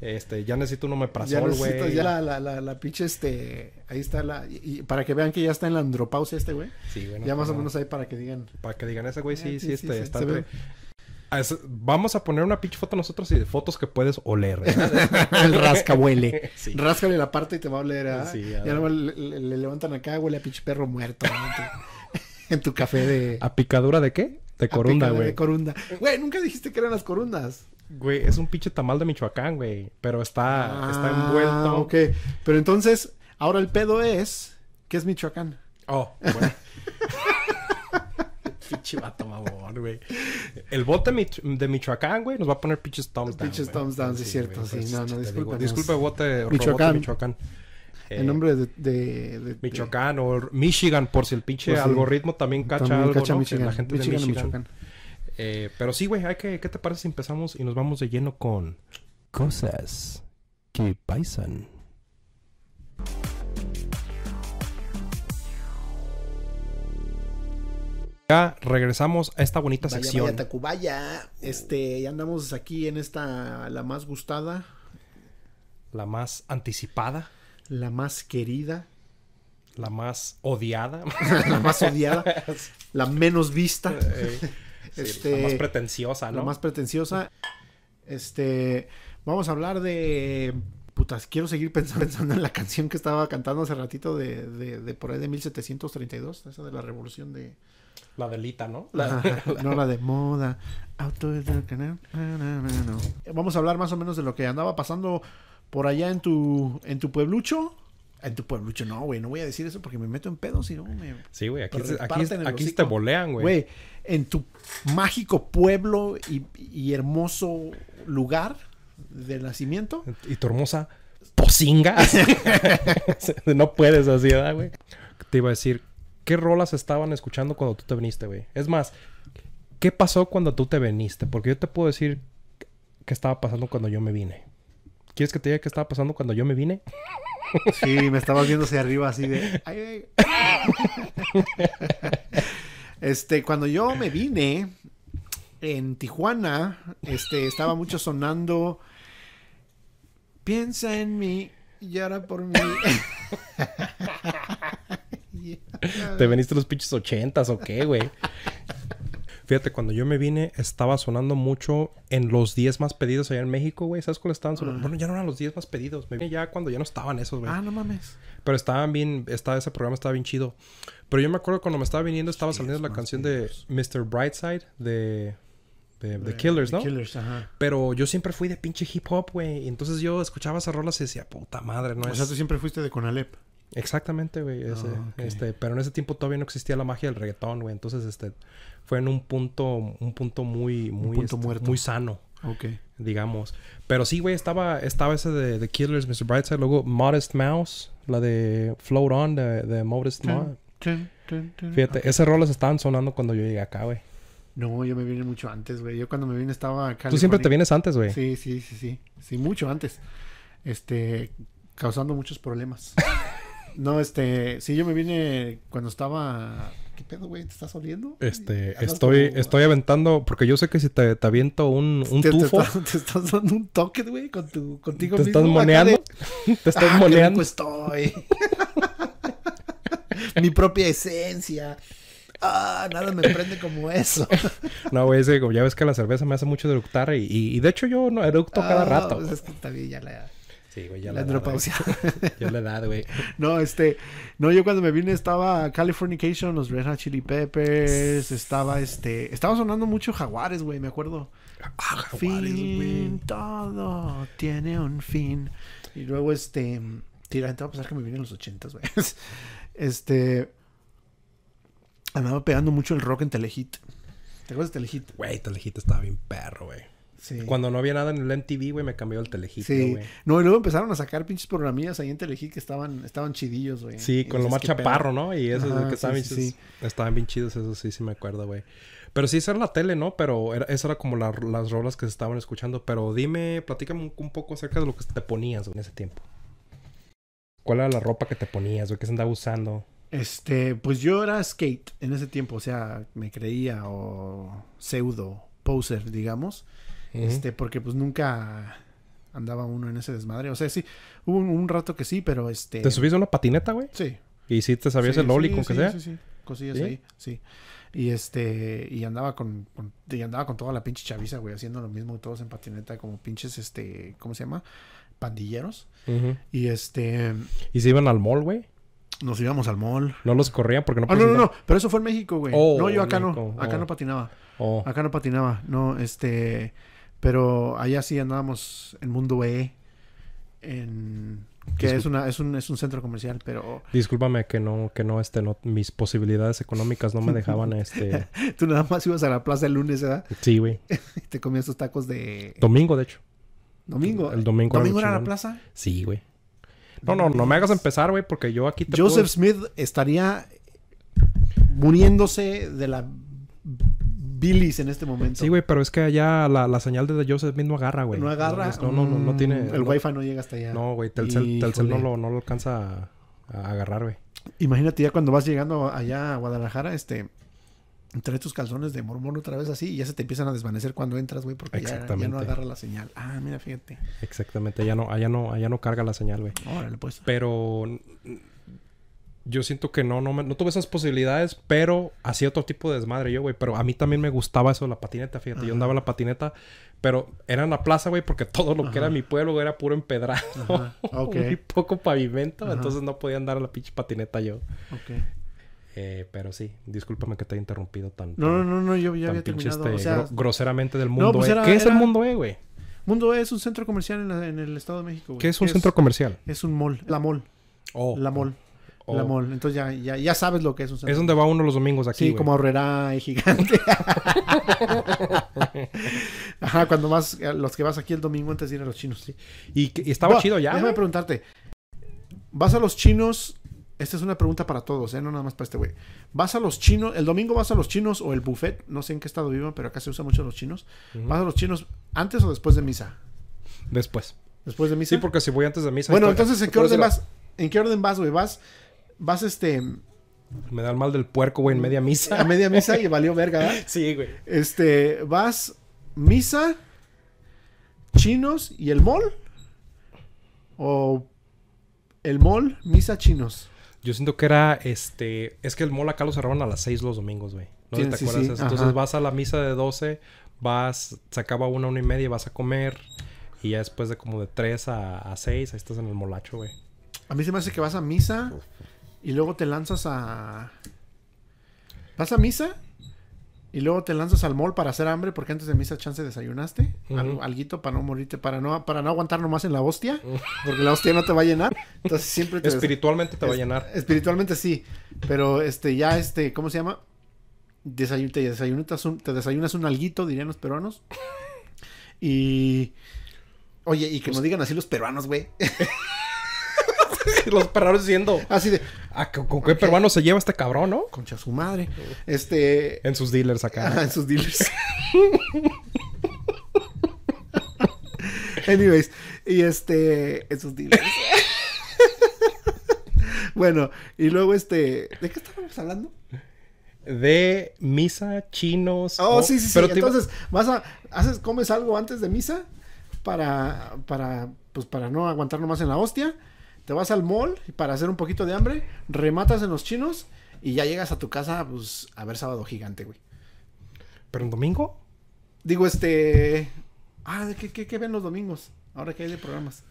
Speaker 3: Este, ya necesito un
Speaker 2: ya
Speaker 3: omeprazol,
Speaker 2: necesitas-
Speaker 3: güey.
Speaker 2: ya la, la, la, la pinche, este, ahí está la, y, y para que vean que ya está en la andropausia este, güey.
Speaker 3: Sí, güey, no
Speaker 2: ya más
Speaker 3: está
Speaker 2: o
Speaker 3: nada.
Speaker 2: menos ahí para que digan.
Speaker 3: Para que digan ese güey, sí,
Speaker 2: Ah,
Speaker 3: sí,
Speaker 2: sí, sí,
Speaker 3: este,
Speaker 2: sí,
Speaker 3: está.
Speaker 2: se ve.
Speaker 3: Ah, es- Vamos a poner una pinche foto nosotros y de fotos que puedes oler. ¿eh?
Speaker 2: El rasca huele.
Speaker 3: Sí.
Speaker 2: Ráscale la parte y te va a oler. ¿ah?
Speaker 3: Sí,
Speaker 2: ya
Speaker 3: ya.
Speaker 2: luego le, le- le levantan acá, huele a pinche perro muerto. ¿no? En tu- en tu café de.
Speaker 3: ¿A picadura de qué? De
Speaker 2: Apícale
Speaker 3: corunda,
Speaker 2: de
Speaker 3: güey.
Speaker 2: corunda. Güey, nunca dijiste que eran las corundas.
Speaker 3: Güey, es un pinche tamal de Michoacán, güey. Pero está, está
Speaker 2: Ah,
Speaker 3: envuelto.
Speaker 2: Ok, pero entonces, ahora el pedo es, ¿qué es Michoacán?
Speaker 3: Oh, bueno. pinche vato mamón, güey. El bote mich- de Michoacán, güey, nos va a poner pinches thumbs down.
Speaker 2: Pinches
Speaker 3: güey.
Speaker 2: thumbs down, sí, es cierto,
Speaker 3: güey,
Speaker 2: sí,
Speaker 3: pues,
Speaker 2: no, no,
Speaker 3: te digo,
Speaker 2: discúlpanos.
Speaker 3: Disculpa, bote
Speaker 2: Michoacán.
Speaker 3: Michoacán. Michoacán. Eh,
Speaker 2: el nombre de... de- de-
Speaker 3: Michoacán o Michigan, por si el pinche
Speaker 2: Pues sí.
Speaker 3: algoritmo también
Speaker 2: de-
Speaker 3: cacha
Speaker 2: también
Speaker 3: algo,
Speaker 2: cacha
Speaker 3: ¿no? Que
Speaker 2: Michigan,
Speaker 3: La gente
Speaker 2: Michigan o
Speaker 3: de Michigan.
Speaker 2: Michoacán.
Speaker 3: Eh, pero sí, güey, hay que, ¿qué te parece si empezamos y nos vamos de lleno con cosas que paisan? Ya regresamos a esta bonita
Speaker 2: Vaya,
Speaker 3: sección.
Speaker 2: vaya, Tacubaya. Este, ya andamos aquí en esta, la más gustada,
Speaker 3: La más anticipada,
Speaker 2: la más querida,
Speaker 3: la más odiada,
Speaker 2: la más odiada, la menos vista,
Speaker 3: eh, sí,
Speaker 2: Este,
Speaker 3: la más pretenciosa, ¿no?
Speaker 2: la más pretenciosa. Este, vamos a hablar de... Putas, quiero seguir pensa- pensando en la canción que estaba cantando hace ratito de, de, de por ahí de 1732, esa de la revolución de...
Speaker 3: La delita, ¿no?
Speaker 2: Ajá, no la de moda. Auto del canal. Na, na, na, no. Vamos a hablar más o menos de lo que andaba pasando por allá en tu en tu pueblucho. En tu pueblucho, no, güey, no voy a decir eso porque me meto en pedos y no me...
Speaker 3: Sí, güey, aquí,
Speaker 2: Pero
Speaker 3: se- aquí,
Speaker 2: reparten el
Speaker 3: aquí se
Speaker 2: hocico.
Speaker 3: te bolean, güey.
Speaker 2: Güey, en tu mágico pueblo y, y hermoso lugar de nacimiento.
Speaker 3: Y tu hermosa pocinga. no puedes así, ¿verdad, güey? Te iba a decir, ¿qué rolas estaban escuchando cuando tú te viniste, güey? Es más, ¿qué pasó cuando tú te viniste? Porque yo te puedo decir qué estaba pasando cuando yo me vine. ¿Quieres que te diga qué estaba pasando cuando yo me vine?
Speaker 2: Sí, me estabas viendo hacia arriba así de... "Ay, ay". Este, cuando yo me vine en Tijuana, este, estaba mucho sonando... Piensa en mí y ahora por mí.
Speaker 3: ¿Te veniste los pinches ochentas o qué, güey? Fíjate, cuando yo me vine, estaba sonando mucho en los 10 más pedidos allá en México, güey. ¿Sabes cuáles estaban sonando? Bueno, ya no eran los 10 más pedidos. Me vine ya cuando ya no estaban esos, güey.
Speaker 2: ah, no mames.
Speaker 3: Pero estaban bien, estaba, ese programa estaba bien chido. Pero yo me acuerdo cuando me estaba viniendo, estaba saliendo la canción de Mr. Brightside de, de, The Killers, ¿no?
Speaker 2: Killers, ajá.
Speaker 3: Pero yo siempre fui de pinche hip hop, güey. Y entonces yo escuchaba esas rolas y decía, puta madre, ¿no?
Speaker 2: O
Speaker 3: es...
Speaker 2: sea, tú siempre fuiste de Conalep.
Speaker 3: Exactamente, güey. ese-
Speaker 2: ok.
Speaker 3: este, pero en ese tiempo todavía no existía la magia del reggaetón, güey. Entonces, este, fue en un punto, un punto muy, muy,
Speaker 2: punto
Speaker 3: este,
Speaker 2: muerto.
Speaker 3: muy sano
Speaker 2: Ok.
Speaker 3: digamos. Pero sí, güey, estaba, estaba ese de The Killers, Mr. Brightside, luego Modest Mouse, la de Float On de, de Modest Mouse. Fíjate, esas rolas estaban sonando cuando yo llegué acá, güey.
Speaker 2: No, yo me vine mucho antes, güey. Yo cuando me vine estaba...
Speaker 3: Tú siempre te
Speaker 2: California-
Speaker 3: vienes antes, güey.
Speaker 2: Sí, sí, sí, sí. Sí, mucho antes. Este, causando muchos problemas. No, este, sí, yo me vine cuando estaba... ¿Qué pedo, güey? ¿Te estás oliendo?
Speaker 3: Este,
Speaker 2: Andas
Speaker 3: estoy,
Speaker 2: como-
Speaker 3: estoy aventando, porque yo sé que si te, te aviento un, un
Speaker 2: te, te
Speaker 3: tufo,
Speaker 2: estás- te estás dando un toque, güey, con tu, contigo
Speaker 3: te
Speaker 2: mismo.
Speaker 3: estás
Speaker 2: acá
Speaker 3: moneando,
Speaker 2: de,
Speaker 3: te estás
Speaker 2: "Ah, qué rico
Speaker 3: moneando.
Speaker 2: estoy. Mi propia esencia. Ah, nada me prende como eso.
Speaker 3: No, güey, es que como ya ves que la cerveza me hace mucho eructar y, y, y de hecho yo no eructo cada
Speaker 2: Ah,
Speaker 3: rato.
Speaker 2: pues es que está bien, ya la...
Speaker 3: Sí, güey, ya
Speaker 2: la
Speaker 3: la, edad, güey.
Speaker 2: andropausia.
Speaker 3: Ya la edad, güey.
Speaker 2: No, este, no, yo cuando me vine estaba Californication, los Red Hot Chili Peppers, estaba este, estaba sonando mucho Jaguares, güey, me acuerdo.
Speaker 3: Ah, jaguares,
Speaker 2: Fin,
Speaker 3: güey.
Speaker 2: todo tiene un fin. Y luego este, tira, te va a pensar que me vine en los ochentas, güey. Este, andaba pegando mucho el rock en Telehit. ¿Te acuerdas de Telehit?
Speaker 3: Güey, Telejita estaba bien perro, güey.
Speaker 2: Sí.
Speaker 3: Cuando no había nada en el MTV, güey, me cambió el Telejita,
Speaker 2: Sí,
Speaker 3: güey.
Speaker 2: no, y luego empezaron a sacar pinches programillas ahí en Telehit que estaban, estaban chidillos, güey.
Speaker 3: Sí,
Speaker 2: Y
Speaker 3: con lo
Speaker 2: dices,
Speaker 3: más
Speaker 2: "¿Qué pedo?".
Speaker 3: chaparro, ¿no? Y eso es
Speaker 2: Ajá,
Speaker 3: que estaban,
Speaker 2: sí,
Speaker 3: bien
Speaker 2: sí,
Speaker 3: chidos. estaban bien chidos, eso sí, sí me acuerdo, güey. Pero sí, esa era la tele, ¿no? Pero era, esa era como la- las rolas que se estaban escuchando. Pero dime, platícame un, un poco acerca de lo que te ponías güey, en ese tiempo. ¿Cuál era la ropa que te ponías, güey? ¿Qué se andaba usando?
Speaker 2: Este, pues yo era skate en ese tiempo, o sea, me creía o pseudo poser, digamos. Este, porque pues nunca andaba uno en ese desmadre. O sea, sí, hubo un, un rato que sí, pero este.
Speaker 3: ¿Te subiste a una patineta, güey?
Speaker 2: Sí.
Speaker 3: ¿Y si te sabías
Speaker 2: Sí,
Speaker 3: el loli
Speaker 2: sí,
Speaker 3: con
Speaker 2: sí,
Speaker 3: que sea?
Speaker 2: Sí, sí, Cosillas
Speaker 3: ¿Sí?
Speaker 2: ahí, sí. Y este, y andaba con, con- y andaba con toda la pinche chaviza, güey, haciendo lo mismo, todos en patineta, como pinches, este, ¿cómo se llama? Pandilleros.
Speaker 3: Ujú.
Speaker 2: Y este,
Speaker 3: ¿Y si iban al mall, güey?
Speaker 2: nos íbamos al mall.
Speaker 3: No los corrían porque no
Speaker 2: Ah, no, no,
Speaker 3: presentaban-
Speaker 2: no, pero eso fue en México, güey.
Speaker 3: Oh,
Speaker 2: no, yo acá
Speaker 3: México,
Speaker 2: no, acá
Speaker 3: oh.
Speaker 2: no patinaba.
Speaker 3: Oh.
Speaker 2: Acá no patinaba, no, este. Pero allá sí andábamos en Mundo E. En, que
Speaker 3: Discul-
Speaker 2: es, una, es, un, es un centro comercial, pero
Speaker 3: Discúlpame que no, que no, este, no, mis posibilidades económicas no me dejaban, este,
Speaker 2: tú nada más ibas a la plaza el lunes, ¿verdad?
Speaker 3: sí, güey.
Speaker 2: Y te comías tus tacos de
Speaker 3: Domingo, de hecho.
Speaker 2: domingo.
Speaker 3: el domingo era
Speaker 2: era,
Speaker 3: lo
Speaker 2: la
Speaker 3: chingón.
Speaker 2: plaza.
Speaker 3: Sí, güey. No, no, no me hagas empezar, güey, porque yo aquí te puedo-
Speaker 2: Joseph Smith estaría muriéndose de la bilis en este momento.
Speaker 3: Sí, güey, pero es que allá la, la señal de Joseph Smith no agarra, güey.
Speaker 2: No agarra.
Speaker 3: es- No, no, no, no
Speaker 2: mm,
Speaker 3: tiene...
Speaker 2: El
Speaker 3: no-
Speaker 2: wifi no llega hasta allá.
Speaker 3: No, güey, Telcel, Telcel no,
Speaker 2: Híjole.
Speaker 3: lo, no lo alcanza a, a agarrar, güey.
Speaker 2: Imagínate ya cuando vas llegando allá a Guadalajara, este. Traes tus calzones de mormón otra vez así y ya se te empiezan a desvanecer cuando entras, güey, porque ya, ya no
Speaker 3: Exactamente.
Speaker 2: agarra la señal. Ah, mira, fíjate.
Speaker 3: Exactamente, allá no, allá no, allá no carga la señal, güey.
Speaker 2: Órale, pues.
Speaker 3: Pero mm, yo siento que no, no, me- no tuve esas posibilidades, pero hacía otro tipo de desmadre yo, güey. Pero a mí también me gustaba eso de la patineta, fíjate. Yo andaba en la patineta, pero era en la plaza, güey, porque todo lo que era mi pueblo era puro empedrado.
Speaker 2: Ajá, ok.
Speaker 3: Muy poco pavimento,
Speaker 2: Ajá.
Speaker 3: entonces no podía andar en la pinche patineta yo.
Speaker 2: Ok.
Speaker 3: Eh, pero sí, discúlpame que te haya interrumpido tan...
Speaker 2: No, no, no, no, yo ya
Speaker 3: tan
Speaker 2: había
Speaker 3: pinche,
Speaker 2: terminado. O
Speaker 3: este,
Speaker 2: sea,
Speaker 3: gro- groseramente del mundo.
Speaker 2: pues
Speaker 3: E.
Speaker 2: era-
Speaker 3: ¿Qué es el
Speaker 2: era-
Speaker 3: mundo, E, güey?
Speaker 2: Mundo E es un centro comercial en, la- en el Estado de México. güey.
Speaker 3: ¿Qué es un centro comercial?
Speaker 2: Es un mall, la mall,
Speaker 3: Oh,
Speaker 2: la mall,
Speaker 3: oh.
Speaker 2: la mall. Entonces ya, ya, ya sabes lo que es un centro.
Speaker 3: Es donde va uno los domingos aquí.
Speaker 2: Sí,
Speaker 3: güey.
Speaker 2: como ahorrerá y gigante. Ajá, cuando vas, los que vas aquí el domingo antes de ir a los chinos. Sí.
Speaker 3: Y, que- y estaba
Speaker 2: Buah,
Speaker 3: chido ya.
Speaker 2: Déjame
Speaker 3: güey.
Speaker 2: preguntarte. ¿Vas a los chinos? Esta es una pregunta para todos, ¿eh? No nada más para este güey. ¿Vas a los chinos? ¿El domingo vas a los chinos o el buffet? No sé en qué estado vivan, pero acá se usa mucho los chinos. ¿Vas a los chinos antes o después de misa?
Speaker 3: Después.
Speaker 2: ¿Después de misa?
Speaker 3: Sí, porque si voy antes de misa.
Speaker 2: Bueno,
Speaker 3: estoy-
Speaker 2: entonces, ¿en qué
Speaker 3: estoy-
Speaker 2: orden vas? ¿En qué orden vas, güey? ¿Vas, vas este,
Speaker 3: Me da el mal del puerco, güey, en media
Speaker 2: a
Speaker 3: misa.
Speaker 2: media misa y valió verga, ¿verdad?
Speaker 3: sí, güey.
Speaker 2: Este, vas misa, chinos y el mall. O el mall, misa, chinos.
Speaker 3: Yo siento que era este. Es que el mall acá lo cerraban a las 6 los domingos, güey. No sé si
Speaker 2: Sí,
Speaker 3: te
Speaker 2: sí,
Speaker 3: acuerdas
Speaker 2: sí,
Speaker 3: de eso. Entonces
Speaker 2: ajá.
Speaker 3: vas a la misa de 12, vas, se acaba una, una y media, vas a comer. Y ya después de como de 3 a, a 6, ahí estás en el molacho, güey.
Speaker 2: A mí se me hace que vas a misa y luego te lanzas a... Vas a misa y luego te lanzas al mall para hacer hambre porque antes de misa chance desayunaste. al-
Speaker 3: Ujú.
Speaker 2: alguito para no morirte, para no, para no aguantar nomás en la hostia. Porque la hostia no te va a llenar. Entonces siempre te...
Speaker 3: Espiritualmente te va a
Speaker 2: Es-
Speaker 3: llenar.
Speaker 2: Espiritualmente sí, pero este ya este, ¿cómo se llama? Desayun- te, desayunas un, te desayunas un alguito, dirían los peruanos. Y... Oye, y que
Speaker 3: Pues
Speaker 2: no digan así los peruanos, güey.
Speaker 3: los perros diciendo.
Speaker 2: Así de,
Speaker 3: "Ah, ¿Con con qué peruano se lleva este cabrón, no?
Speaker 2: concha su madre. Este...
Speaker 3: En sus dealers
Speaker 2: Ajá,
Speaker 3: acá.
Speaker 2: en sus dealers. Anyways, y este, en sus dealers. bueno, y luego este, ¿de qué estábamos hablando?
Speaker 3: De misa, chinos.
Speaker 2: Oh,
Speaker 3: o-
Speaker 2: sí, sí, sí.
Speaker 3: pero te iba-
Speaker 2: Entonces, vas a, haces, comes algo antes de misa para, para, pues para no aguantar nomás en la hostia. Te vas al mall para hacer un poquito de hambre, rematas en los chinos y ya llegas a tu casa, pues, a ver sábado gigante, güey.
Speaker 3: ¿Pero en domingo?
Speaker 2: Digo, este. Ah, ¿qué, qué, qué ven los domingos? Ahora que hay de programas.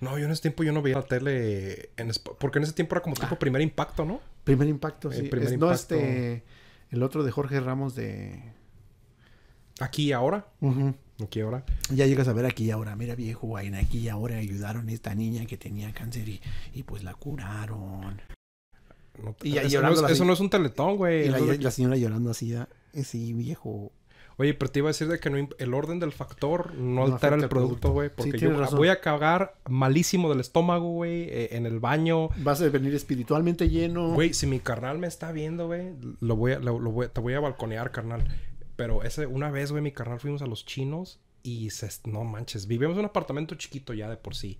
Speaker 3: No, yo en ese tiempo yo no veía la tele en espa- porque en ese tiempo era como tipo
Speaker 2: Ah.
Speaker 3: primer impacto, ¿no?
Speaker 2: Primer impacto,
Speaker 3: El
Speaker 2: sí.
Speaker 3: Primer
Speaker 2: Es- No,
Speaker 3: Impacto.
Speaker 2: este. El otro de Jorge Ramos de.
Speaker 3: Aquí y ahora. Aquí y ahora.
Speaker 2: Ya llegas a ver aquí y ahora, mira viejo, en aquí y ahora ayudaron a esta niña que tenía cáncer y, y pues la curaron.
Speaker 3: No,
Speaker 2: Y ya
Speaker 3: eso,
Speaker 2: llorando
Speaker 3: no
Speaker 2: la
Speaker 3: es, eso
Speaker 2: señora.
Speaker 3: no es un teletón, güey.
Speaker 2: Y la,
Speaker 3: Eso es de
Speaker 2: la señora llorando así, ¿da? Eh, sí, viejo.
Speaker 3: que- Oye, pero te iba a decir de que no im- el orden del factor no,
Speaker 2: No afecta
Speaker 3: altera el
Speaker 2: al producto.
Speaker 3: producto, güey.
Speaker 2: Sí,
Speaker 3: Porque yo
Speaker 2: tienes razón.
Speaker 3: voy a cagar malísimo del estómago, güey. eh, en el baño.
Speaker 2: Vas a venir espiritualmente lleno.
Speaker 3: Güey, si mi carnal me está viendo, güey, lo voy a, lo- lo voy- te voy a balconear, carnal. Pero ese, una vez, güey, mi carnal fuimos a los chinos y se, est- no manches, vivíamos en un apartamento chiquito ya de por sí.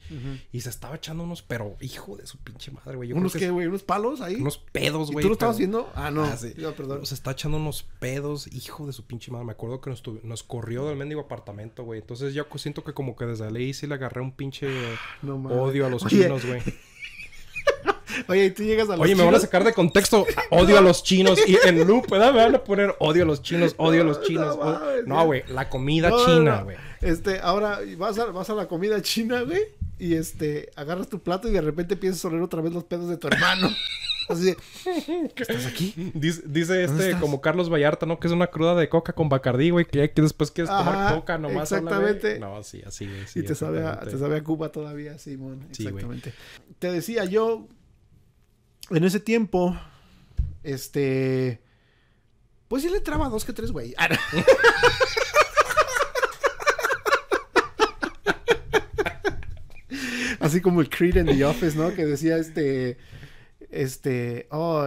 Speaker 3: Y se estaba echando unos, pero hijo de su pinche madre, güey. yo creo
Speaker 2: ¿Unos
Speaker 3: que
Speaker 2: qué,
Speaker 3: es-
Speaker 2: güey? ¿Unos palos ahí?
Speaker 3: Unos pedos,
Speaker 2: ¿Y
Speaker 3: güey.
Speaker 2: tú lo
Speaker 3: pero-
Speaker 2: estabas viendo? Ah, no.
Speaker 3: Ah, sí.
Speaker 2: No, perdón.
Speaker 3: Se está echando unos pedos, hijo de su pinche madre. Me acuerdo que nos, tuvi- nos corrió del mendigo apartamento, güey. Entonces yo co- siento que como que desde ahí sí le agarré un pinche
Speaker 2: Ah, No mames.
Speaker 3: odio a los
Speaker 2: Oye,
Speaker 3: chinos, güey.
Speaker 2: Oye, y tú llegas a los
Speaker 3: Oye, me van a
Speaker 2: chinos?
Speaker 3: sacar de contexto. Odio a los chinos. Y en loop, ¿verdad? Me van a poner odio a los chinos, odio a los chinos.
Speaker 2: no
Speaker 3: odio-
Speaker 2: mames,
Speaker 3: No,
Speaker 2: ya.
Speaker 3: güey. La comida
Speaker 2: No, no,
Speaker 3: china,
Speaker 2: no.
Speaker 3: güey.
Speaker 2: Este, ahora vas a, vas a la comida china, güey. Y este, agarras tu plato y de repente empiezas a oler otra vez los pedos de tu hermano. Así de, ¿estás
Speaker 3: Pues
Speaker 2: aquí?
Speaker 3: Dice, dice
Speaker 2: ¿Dónde
Speaker 3: este,
Speaker 2: estás?
Speaker 3: como Carlos Vallarta, ¿no? Que es una cruda de coca con Bacardí, güey. Que, que después quieres tomar
Speaker 2: Ajá,
Speaker 3: coca nomás. sola,
Speaker 2: exactamente.
Speaker 3: güey. No, sí, así, güey. sí,
Speaker 2: y te sabe, a,
Speaker 3: exactamente.
Speaker 2: te sabe a Cuba todavía, Simón.
Speaker 3: Sí, güey.
Speaker 2: Exactamente. Te decía yo, en ese tiempo, este... Pues sí le traba dos que tres, güey. Ah, no. Así como el Creed en The Office, ¿no? Que decía este... Este... Oh,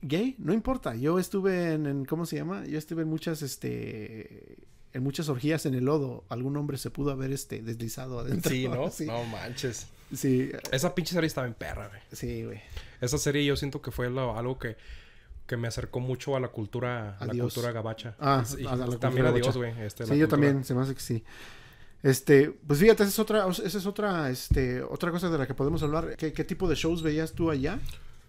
Speaker 2: gay, no importa. Yo estuve en, en- ¿Cómo se llama? Yo estuve en muchas, este... En muchas orgías en el lodo. Algún hombre se pudo haber, este, deslizado adentro.
Speaker 3: Sí, ¿no?
Speaker 2: Sí,
Speaker 3: No manches.
Speaker 2: sí,
Speaker 3: Esa pinche serie estaba en perra, güey.
Speaker 2: sí, güey.
Speaker 3: Esa serie yo siento que fue lo- algo que, que me acercó mucho a la cultura, a la
Speaker 2: Adiós.
Speaker 3: cultura gabacha.
Speaker 2: Ah,
Speaker 3: Y- y
Speaker 2: a la cultura
Speaker 3: también a Dios,
Speaker 2: gabacha.
Speaker 3: güey. este, la
Speaker 2: Sí, yo
Speaker 3: cultura.
Speaker 2: también, se me hace que sí. Este, pues fíjate, esa es otra, esa es otra, este, otra cosa de la que podemos hablar. ¿Qué, qué tipo de shows veías tú allá?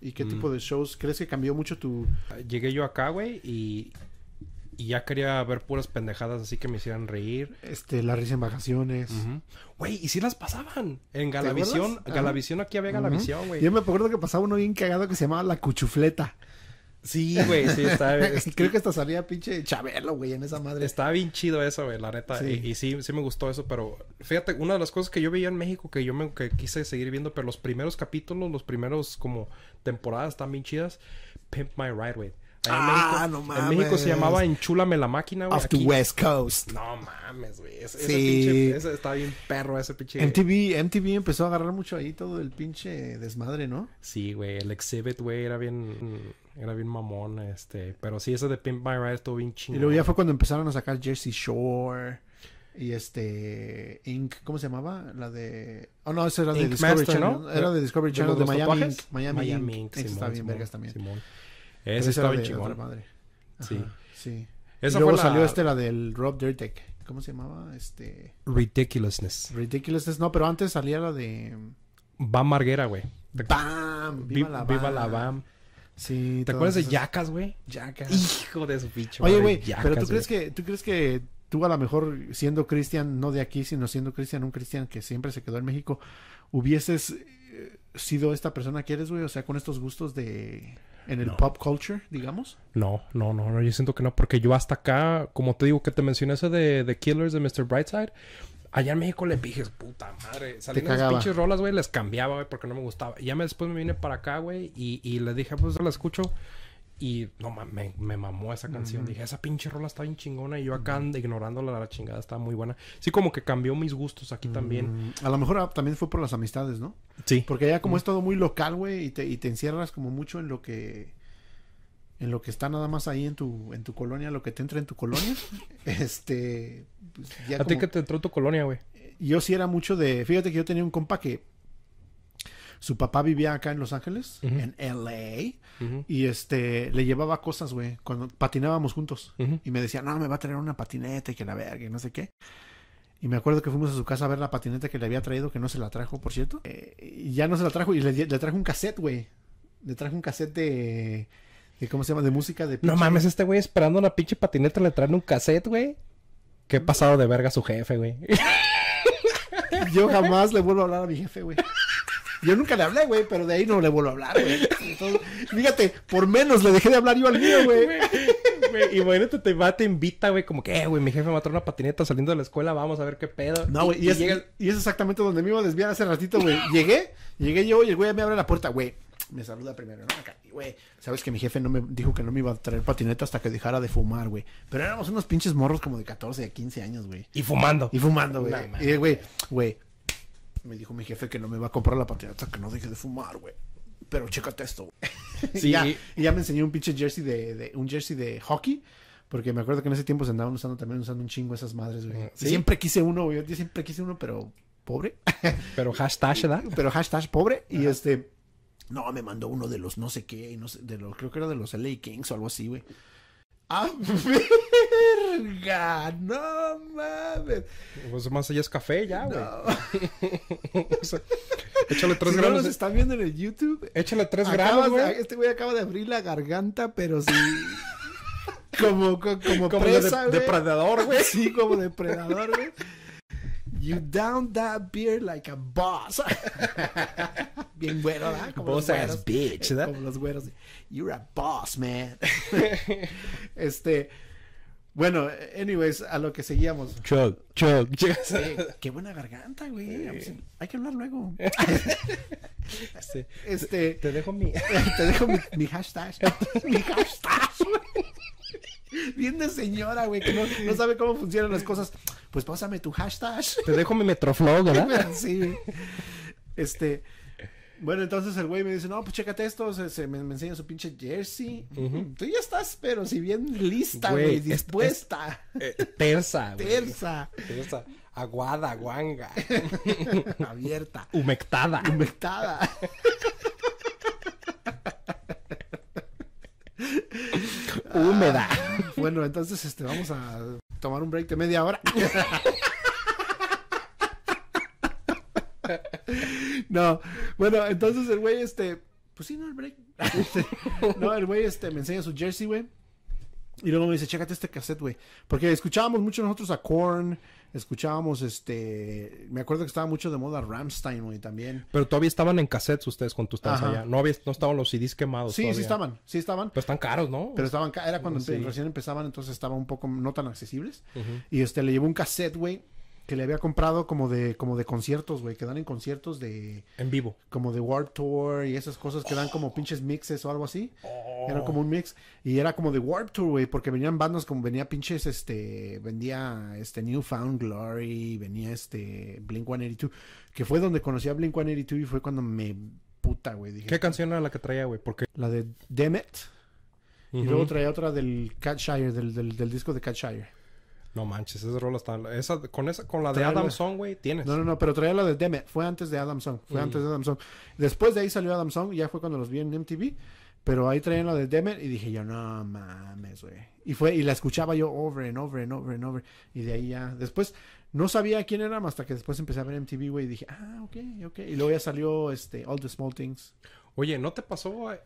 Speaker 2: ¿Y
Speaker 3: Mm.
Speaker 2: qué tipo de shows crees que cambió mucho tu...?
Speaker 3: Llegué yo acá, güey, y, y ya quería ver puras pendejadas así que me hicieran reír.
Speaker 2: Este, la risa en vacaciones.
Speaker 3: Güey, y sí las pasaban. En Galavisión,
Speaker 2: acuerdas? Ajá.
Speaker 3: Galavisión aquí había Galavisión, güey.
Speaker 2: Yo me acuerdo que pasaba uno bien cagado que se llamaba La Cuchufleta.
Speaker 3: Sí, güey, sí, estaba,
Speaker 2: Creo que hasta salía pinche Chabelo, güey, en esa madre.
Speaker 3: estaba bien chido eso, güey, la neta.
Speaker 2: Sí.
Speaker 3: Y, y sí, sí me gustó eso, pero fíjate, una de las cosas que yo veía en México que yo me que quise seguir viendo, pero los primeros capítulos, los primeros como temporadas están bien chidas, Pimp My Ride, güey. Allá
Speaker 2: Ah, no
Speaker 3: En México se
Speaker 2: mames.
Speaker 3: llamaba Enchúlame la máquina, güey.
Speaker 2: Off the
Speaker 3: Aquí-
Speaker 2: West Coast.
Speaker 3: No mames, güey. Ese, ese
Speaker 2: Sí.
Speaker 3: pinche, ese está bien perro, ese pinche.
Speaker 2: MTV, MTV empezó a agarrar mucho ahí todo el pinche desmadre, ¿no?
Speaker 3: Sí, güey, el exhibit, güey, era bien, era bien mamón, este, pero sí, ese de Pimp My Ride estuvo bien
Speaker 2: Y
Speaker 3: chingón.
Speaker 2: luego ya fue cuando empezaron a sacar Jersey Shore y este Inc. ¿Cómo se llamaba? La de. Oh no, esa era de
Speaker 3: Ink
Speaker 2: Discovery
Speaker 3: Master,
Speaker 2: Channel.
Speaker 3: ¿no?
Speaker 2: Era de Discovery Channel de,
Speaker 3: los
Speaker 2: Miami, Inc.
Speaker 3: tatuajes?
Speaker 2: Miami. Inc.
Speaker 3: Inc,
Speaker 2: Esa
Speaker 3: Simón,
Speaker 2: está bien
Speaker 3: Simón,
Speaker 2: vergas también.
Speaker 3: Simón.
Speaker 2: Pero esa
Speaker 3: Ese está
Speaker 2: era
Speaker 3: bien
Speaker 2: de otra
Speaker 3: chingón.
Speaker 2: madre.
Speaker 3: Sí.
Speaker 2: Ajá, sí.
Speaker 3: Esa
Speaker 2: y luego
Speaker 3: fue la-
Speaker 2: salió este la del Rob Dyrdek. ¿Cómo se llamaba? Este.
Speaker 3: Ridiculousness.
Speaker 2: Ridiculous. No, pero antes salía la de.
Speaker 3: Bam Marguera, güey.
Speaker 2: ¡Bam!
Speaker 3: Vi-
Speaker 2: ¡Viva la Bam!
Speaker 3: Bam.
Speaker 2: Sí.
Speaker 3: ¿Te
Speaker 2: todas
Speaker 3: acuerdas de
Speaker 2: esas-
Speaker 3: Yacas, güey?
Speaker 2: Jackass.
Speaker 3: Hijo de su bicho.
Speaker 2: Oye, güey, pero tú crees que tú crees que tú a lo mejor siendo cristian no de aquí, sino siendo cristian un cristian que siempre se quedó en México, hubieses eh, sido esta persona que eres, güey, o sea, con estos gustos de en el pop culture, digamos.
Speaker 3: No, no, no, no, yo siento que no, porque yo hasta acá, como te digo, que te mencioné eso de, de Killers de Mr. Brightside, allá en México le dije, puta madre, salían esas
Speaker 2: cagaba.
Speaker 3: pinches rolas, güey, les cambiaba, güey, porque no me gustaba. Y ya me, después me vine para acá, güey, y, y les dije, pues la escucho, y no, ma- me, me mamó esa canción. Dije, esa pinche rola está bien chingona, y yo acá ando ignorándola, la chingada está muy buena. Sí, como que cambió mis gustos aquí también.
Speaker 2: Mm, A lo mejor ah, también fue por las amistades, ¿no?
Speaker 3: Sí.
Speaker 2: Porque ya
Speaker 3: Mm.
Speaker 2: como es todo muy local, güey, y te, y te encierras como mucho en lo que en lo que está nada más ahí en tu en tu colonia, lo que te entra en tu colonia, este pues, ya
Speaker 3: A ti
Speaker 2: como-
Speaker 3: que te entró tu colonia, güey.
Speaker 2: yo sí era mucho de. Fíjate que yo tenía un compa que. Su papá vivía acá en Los Ángeles,
Speaker 3: Ujú.
Speaker 2: en LA,
Speaker 3: Ujú.
Speaker 2: y este le llevaba cosas, güey, cuando patinábamos juntos.
Speaker 3: Ujú.
Speaker 2: Y me decía, no, me va a traer una patineta y que la verga y no sé qué. Y me acuerdo que fuimos a su casa a ver la patineta que le había traído, que no se la trajo, por cierto. Eh, y ya no se la trajo, y le, le trajo un cassette, güey. Le trajo un cassette de, de. ¿Cómo se llama? De música de.
Speaker 3: No
Speaker 2: pinche-
Speaker 3: mames, este güey esperando una pinche patineta le traen un cassette, güey. Qué pasado de verga su jefe, güey.
Speaker 2: Yo jamás le vuelvo a hablar a mi jefe, güey. Yo nunca le hablé, güey, pero de ahí no le vuelvo a hablar, güey. Entonces, fíjate, por menos le dejé de hablar yo al mío, güey.
Speaker 3: Güey, imagínate, te va, te invita, güey, como que, "Eh, güey, mi jefe me va a traer una patineta saliendo de la escuela, vamos a ver qué pedo.
Speaker 2: No, güey, y, es,
Speaker 3: llega-
Speaker 2: y es exactamente donde me iba a desviar hace ratito, güey. Llegué, llegué yo y el güey me abre la puerta, güey. Me saluda primero, ¿no? Acá, y, güey. Sabes que mi jefe no me dijo que no me iba a traer patineta hasta que dejara de fumar, güey. Pero éramos unos pinches morros como de 14 a 15 años, güey.
Speaker 3: y fumando.
Speaker 2: Y fumando, güey.
Speaker 3: No,
Speaker 2: y el güey, güey. Me dijo mi jefe que no me va a comprar la patineta, que no deje de fumar, güey. Pero chécate esto, güey.
Speaker 3: Sí.
Speaker 2: y, ya, y ya me enseñó un pinche jersey de, de- un jersey de hockey. Porque me acuerdo que en ese tiempo se andaban usando también usando un chingo esas madres, güey.
Speaker 3: Ah, Sí.
Speaker 2: Siempre quise uno, güey. Yo siempre quise uno, pero pobre.
Speaker 3: Pero hashtag, ¿verdad?
Speaker 2: pero hashtag pobre. Y este. No, me mandó uno de los no sé qué. y No sé, de los, creo que era de los LA Kings o algo así, güey. ¡Ah, verga! ¡No mames!
Speaker 3: Pues más allá es café, ya, güey. O sea, échale tres
Speaker 2: si no
Speaker 3: gramos.
Speaker 2: nos
Speaker 3: de-
Speaker 2: están viendo en el YouTube,
Speaker 3: Échale tres
Speaker 2: acabas
Speaker 3: gramos,
Speaker 2: de-
Speaker 3: güey.
Speaker 2: este güey acaba de abrir la garganta, pero sí. como, co- como,
Speaker 3: Como de-
Speaker 2: presa, güey.
Speaker 3: depredador, güey.
Speaker 2: Sí, como depredador, güey. You down that beer like a boss. Bien güero, ¿verdad? Como
Speaker 3: Boss
Speaker 2: los
Speaker 3: ass
Speaker 2: güeros.
Speaker 3: bitch, ¿verdad?
Speaker 2: Como los güeros. You're a boss, man. este. Bueno, anyways, a lo que seguíamos.
Speaker 3: Chug, chug, chug.
Speaker 2: Eh, qué buena garganta, güey. Ah, pues, Hay que hablar luego.
Speaker 3: Este,
Speaker 2: Este.
Speaker 3: Te dejo mi.
Speaker 2: Te dejo mi, mi hashtag. mi hashtag, güey. Bien de señora, güey, que no, no sabe cómo funcionan las cosas. Pues pásame tu hashtag.
Speaker 3: Te dejo mi Metroflog, ¿verdad?
Speaker 2: Sí, güey. Este. Bueno, entonces el güey me dice, no, pues chécate esto, se, se- me, me enseña su pinche jersey. Tú ya estás, pero si bien lista,
Speaker 3: Güey,
Speaker 2: güey,
Speaker 3: es-
Speaker 2: dispuesta,
Speaker 3: Eh, tersa, güey.
Speaker 2: tersa,
Speaker 3: Tersa. Aguada, guanga.
Speaker 2: abierta,
Speaker 3: Humectada.
Speaker 2: humectada.
Speaker 3: Húmeda.
Speaker 2: Bueno, entonces este, vamos a tomar un break de media hora. No, bueno, entonces el güey, este, pues sí, no, el break. Este, no, el güey, este, me enseña su jersey, güey. Y luego me dice, chécate este cassette, güey. Porque escuchábamos mucho nosotros a Korn, escuchábamos, este, me acuerdo que estaba mucho de moda Ramstein, güey, también.
Speaker 3: Pero todavía estaban en cassettes ustedes cuando tú estabas
Speaker 2: Ajá.
Speaker 3: allá. No, había, no estaban los CDs quemados.
Speaker 2: Sí, sí
Speaker 3: todavía.
Speaker 2: estaban, sí estaban.
Speaker 3: Pero están caros, ¿no?
Speaker 2: Pero estaban, ca- era cuando empe-
Speaker 3: Sí.
Speaker 2: recién empezaban, entonces estaban un poco no tan accesibles. Y este, le llevó un cassette, güey, que le había comprado como de, como de conciertos, güey, que dan en conciertos de,
Speaker 3: En vivo.
Speaker 2: como de Warp Tour y esas cosas que dan
Speaker 3: Oh.
Speaker 2: como pinches mixes o algo así. Era como un mix. Y era como de Warp Tour, güey, porque venían bandas como venía pinches, este, vendía este New Found Glory, venía este Blink 182, que fue donde conocí a Blink 182 y fue cuando me puta, güey. Dije,
Speaker 3: ¿Qué canción era la que traía, güey? Porque.
Speaker 2: la de Demet. Y
Speaker 3: Ujú.
Speaker 2: luego traía otra del Catshire, del, del, del disco de Catshire.
Speaker 3: No manches, esa rola está. Esa, con, esa, con la de
Speaker 2: Trae
Speaker 3: Adam
Speaker 2: la-
Speaker 3: Song, güey, tienes.
Speaker 2: No, no, no, pero traía la de Demet. Fue antes de Adam Song. Fue antes de Adam Song. Después de ahí salió Adam Song. Ya fue cuando los vi en MTV. Pero ahí traían la de Demet. Y dije yo, no mames, güey. Y fue, y la escuchaba yo over and over and over and over. Y de ahí ya. Después no sabía quién era hasta que después empecé a ver MTV, güey. Y dije, ah, ok, ok. Y luego ya salió este All the Small Things.
Speaker 3: Oye, ¿no te pasó eh,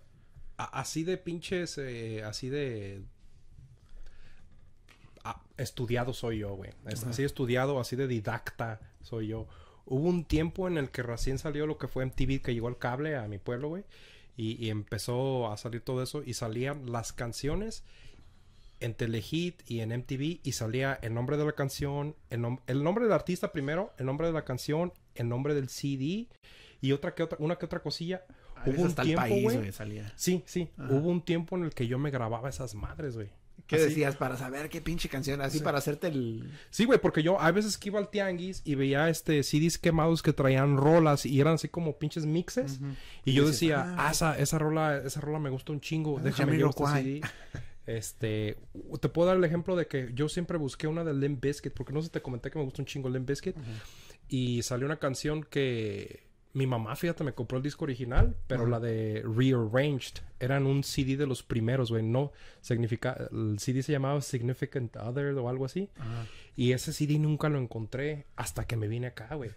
Speaker 3: a- así de pinches, eh, así de... Ah, estudiado soy yo, güey. Es- Así de estudiado, así de didacta soy yo. Hubo un tiempo en el que recién salió lo que fue MTV que llegó al cable a mi pueblo, güey. Y, y empezó a salir todo eso y salían las canciones en Telehit y en MTV y salía el nombre de la canción, el, nom- el nombre del artista primero, el nombre de la canción, el nombre del CD y otra que otra, una que otra cosilla.
Speaker 2: Ah,
Speaker 3: Hubo un tiempo, güey.
Speaker 2: salía.
Speaker 3: Sí, sí. Hubo un tiempo en el que yo me grababa esas madres, güey.
Speaker 2: ¿Qué
Speaker 3: Así-
Speaker 2: decías? Para saber qué pinche canción. Así para hacerte el.
Speaker 3: Sí, güey, porque yo a veces que iba al tianguis y veía este CDs quemados que traían rolas y eran así como pinches mixes. Y yo decía, ah, esa, esa rola, esa rola me gusta un chingo, déjame yo este
Speaker 2: Jamiroquai.
Speaker 3: CD. Este, u- te puedo dar el ejemplo de que yo siempre busqué una de Limp Bizkit, porque no sé si te comenté que me gusta un chingo Limp Bizkit. Y salió una canción que mi mamá, fíjate, me compró el disco original, pero la de Rearranged. Eran un CD de los primeros, güey. No significa. El CD se llamaba Significant Other o algo así. Y ese CD nunca lo encontré hasta que me vine acá, güey.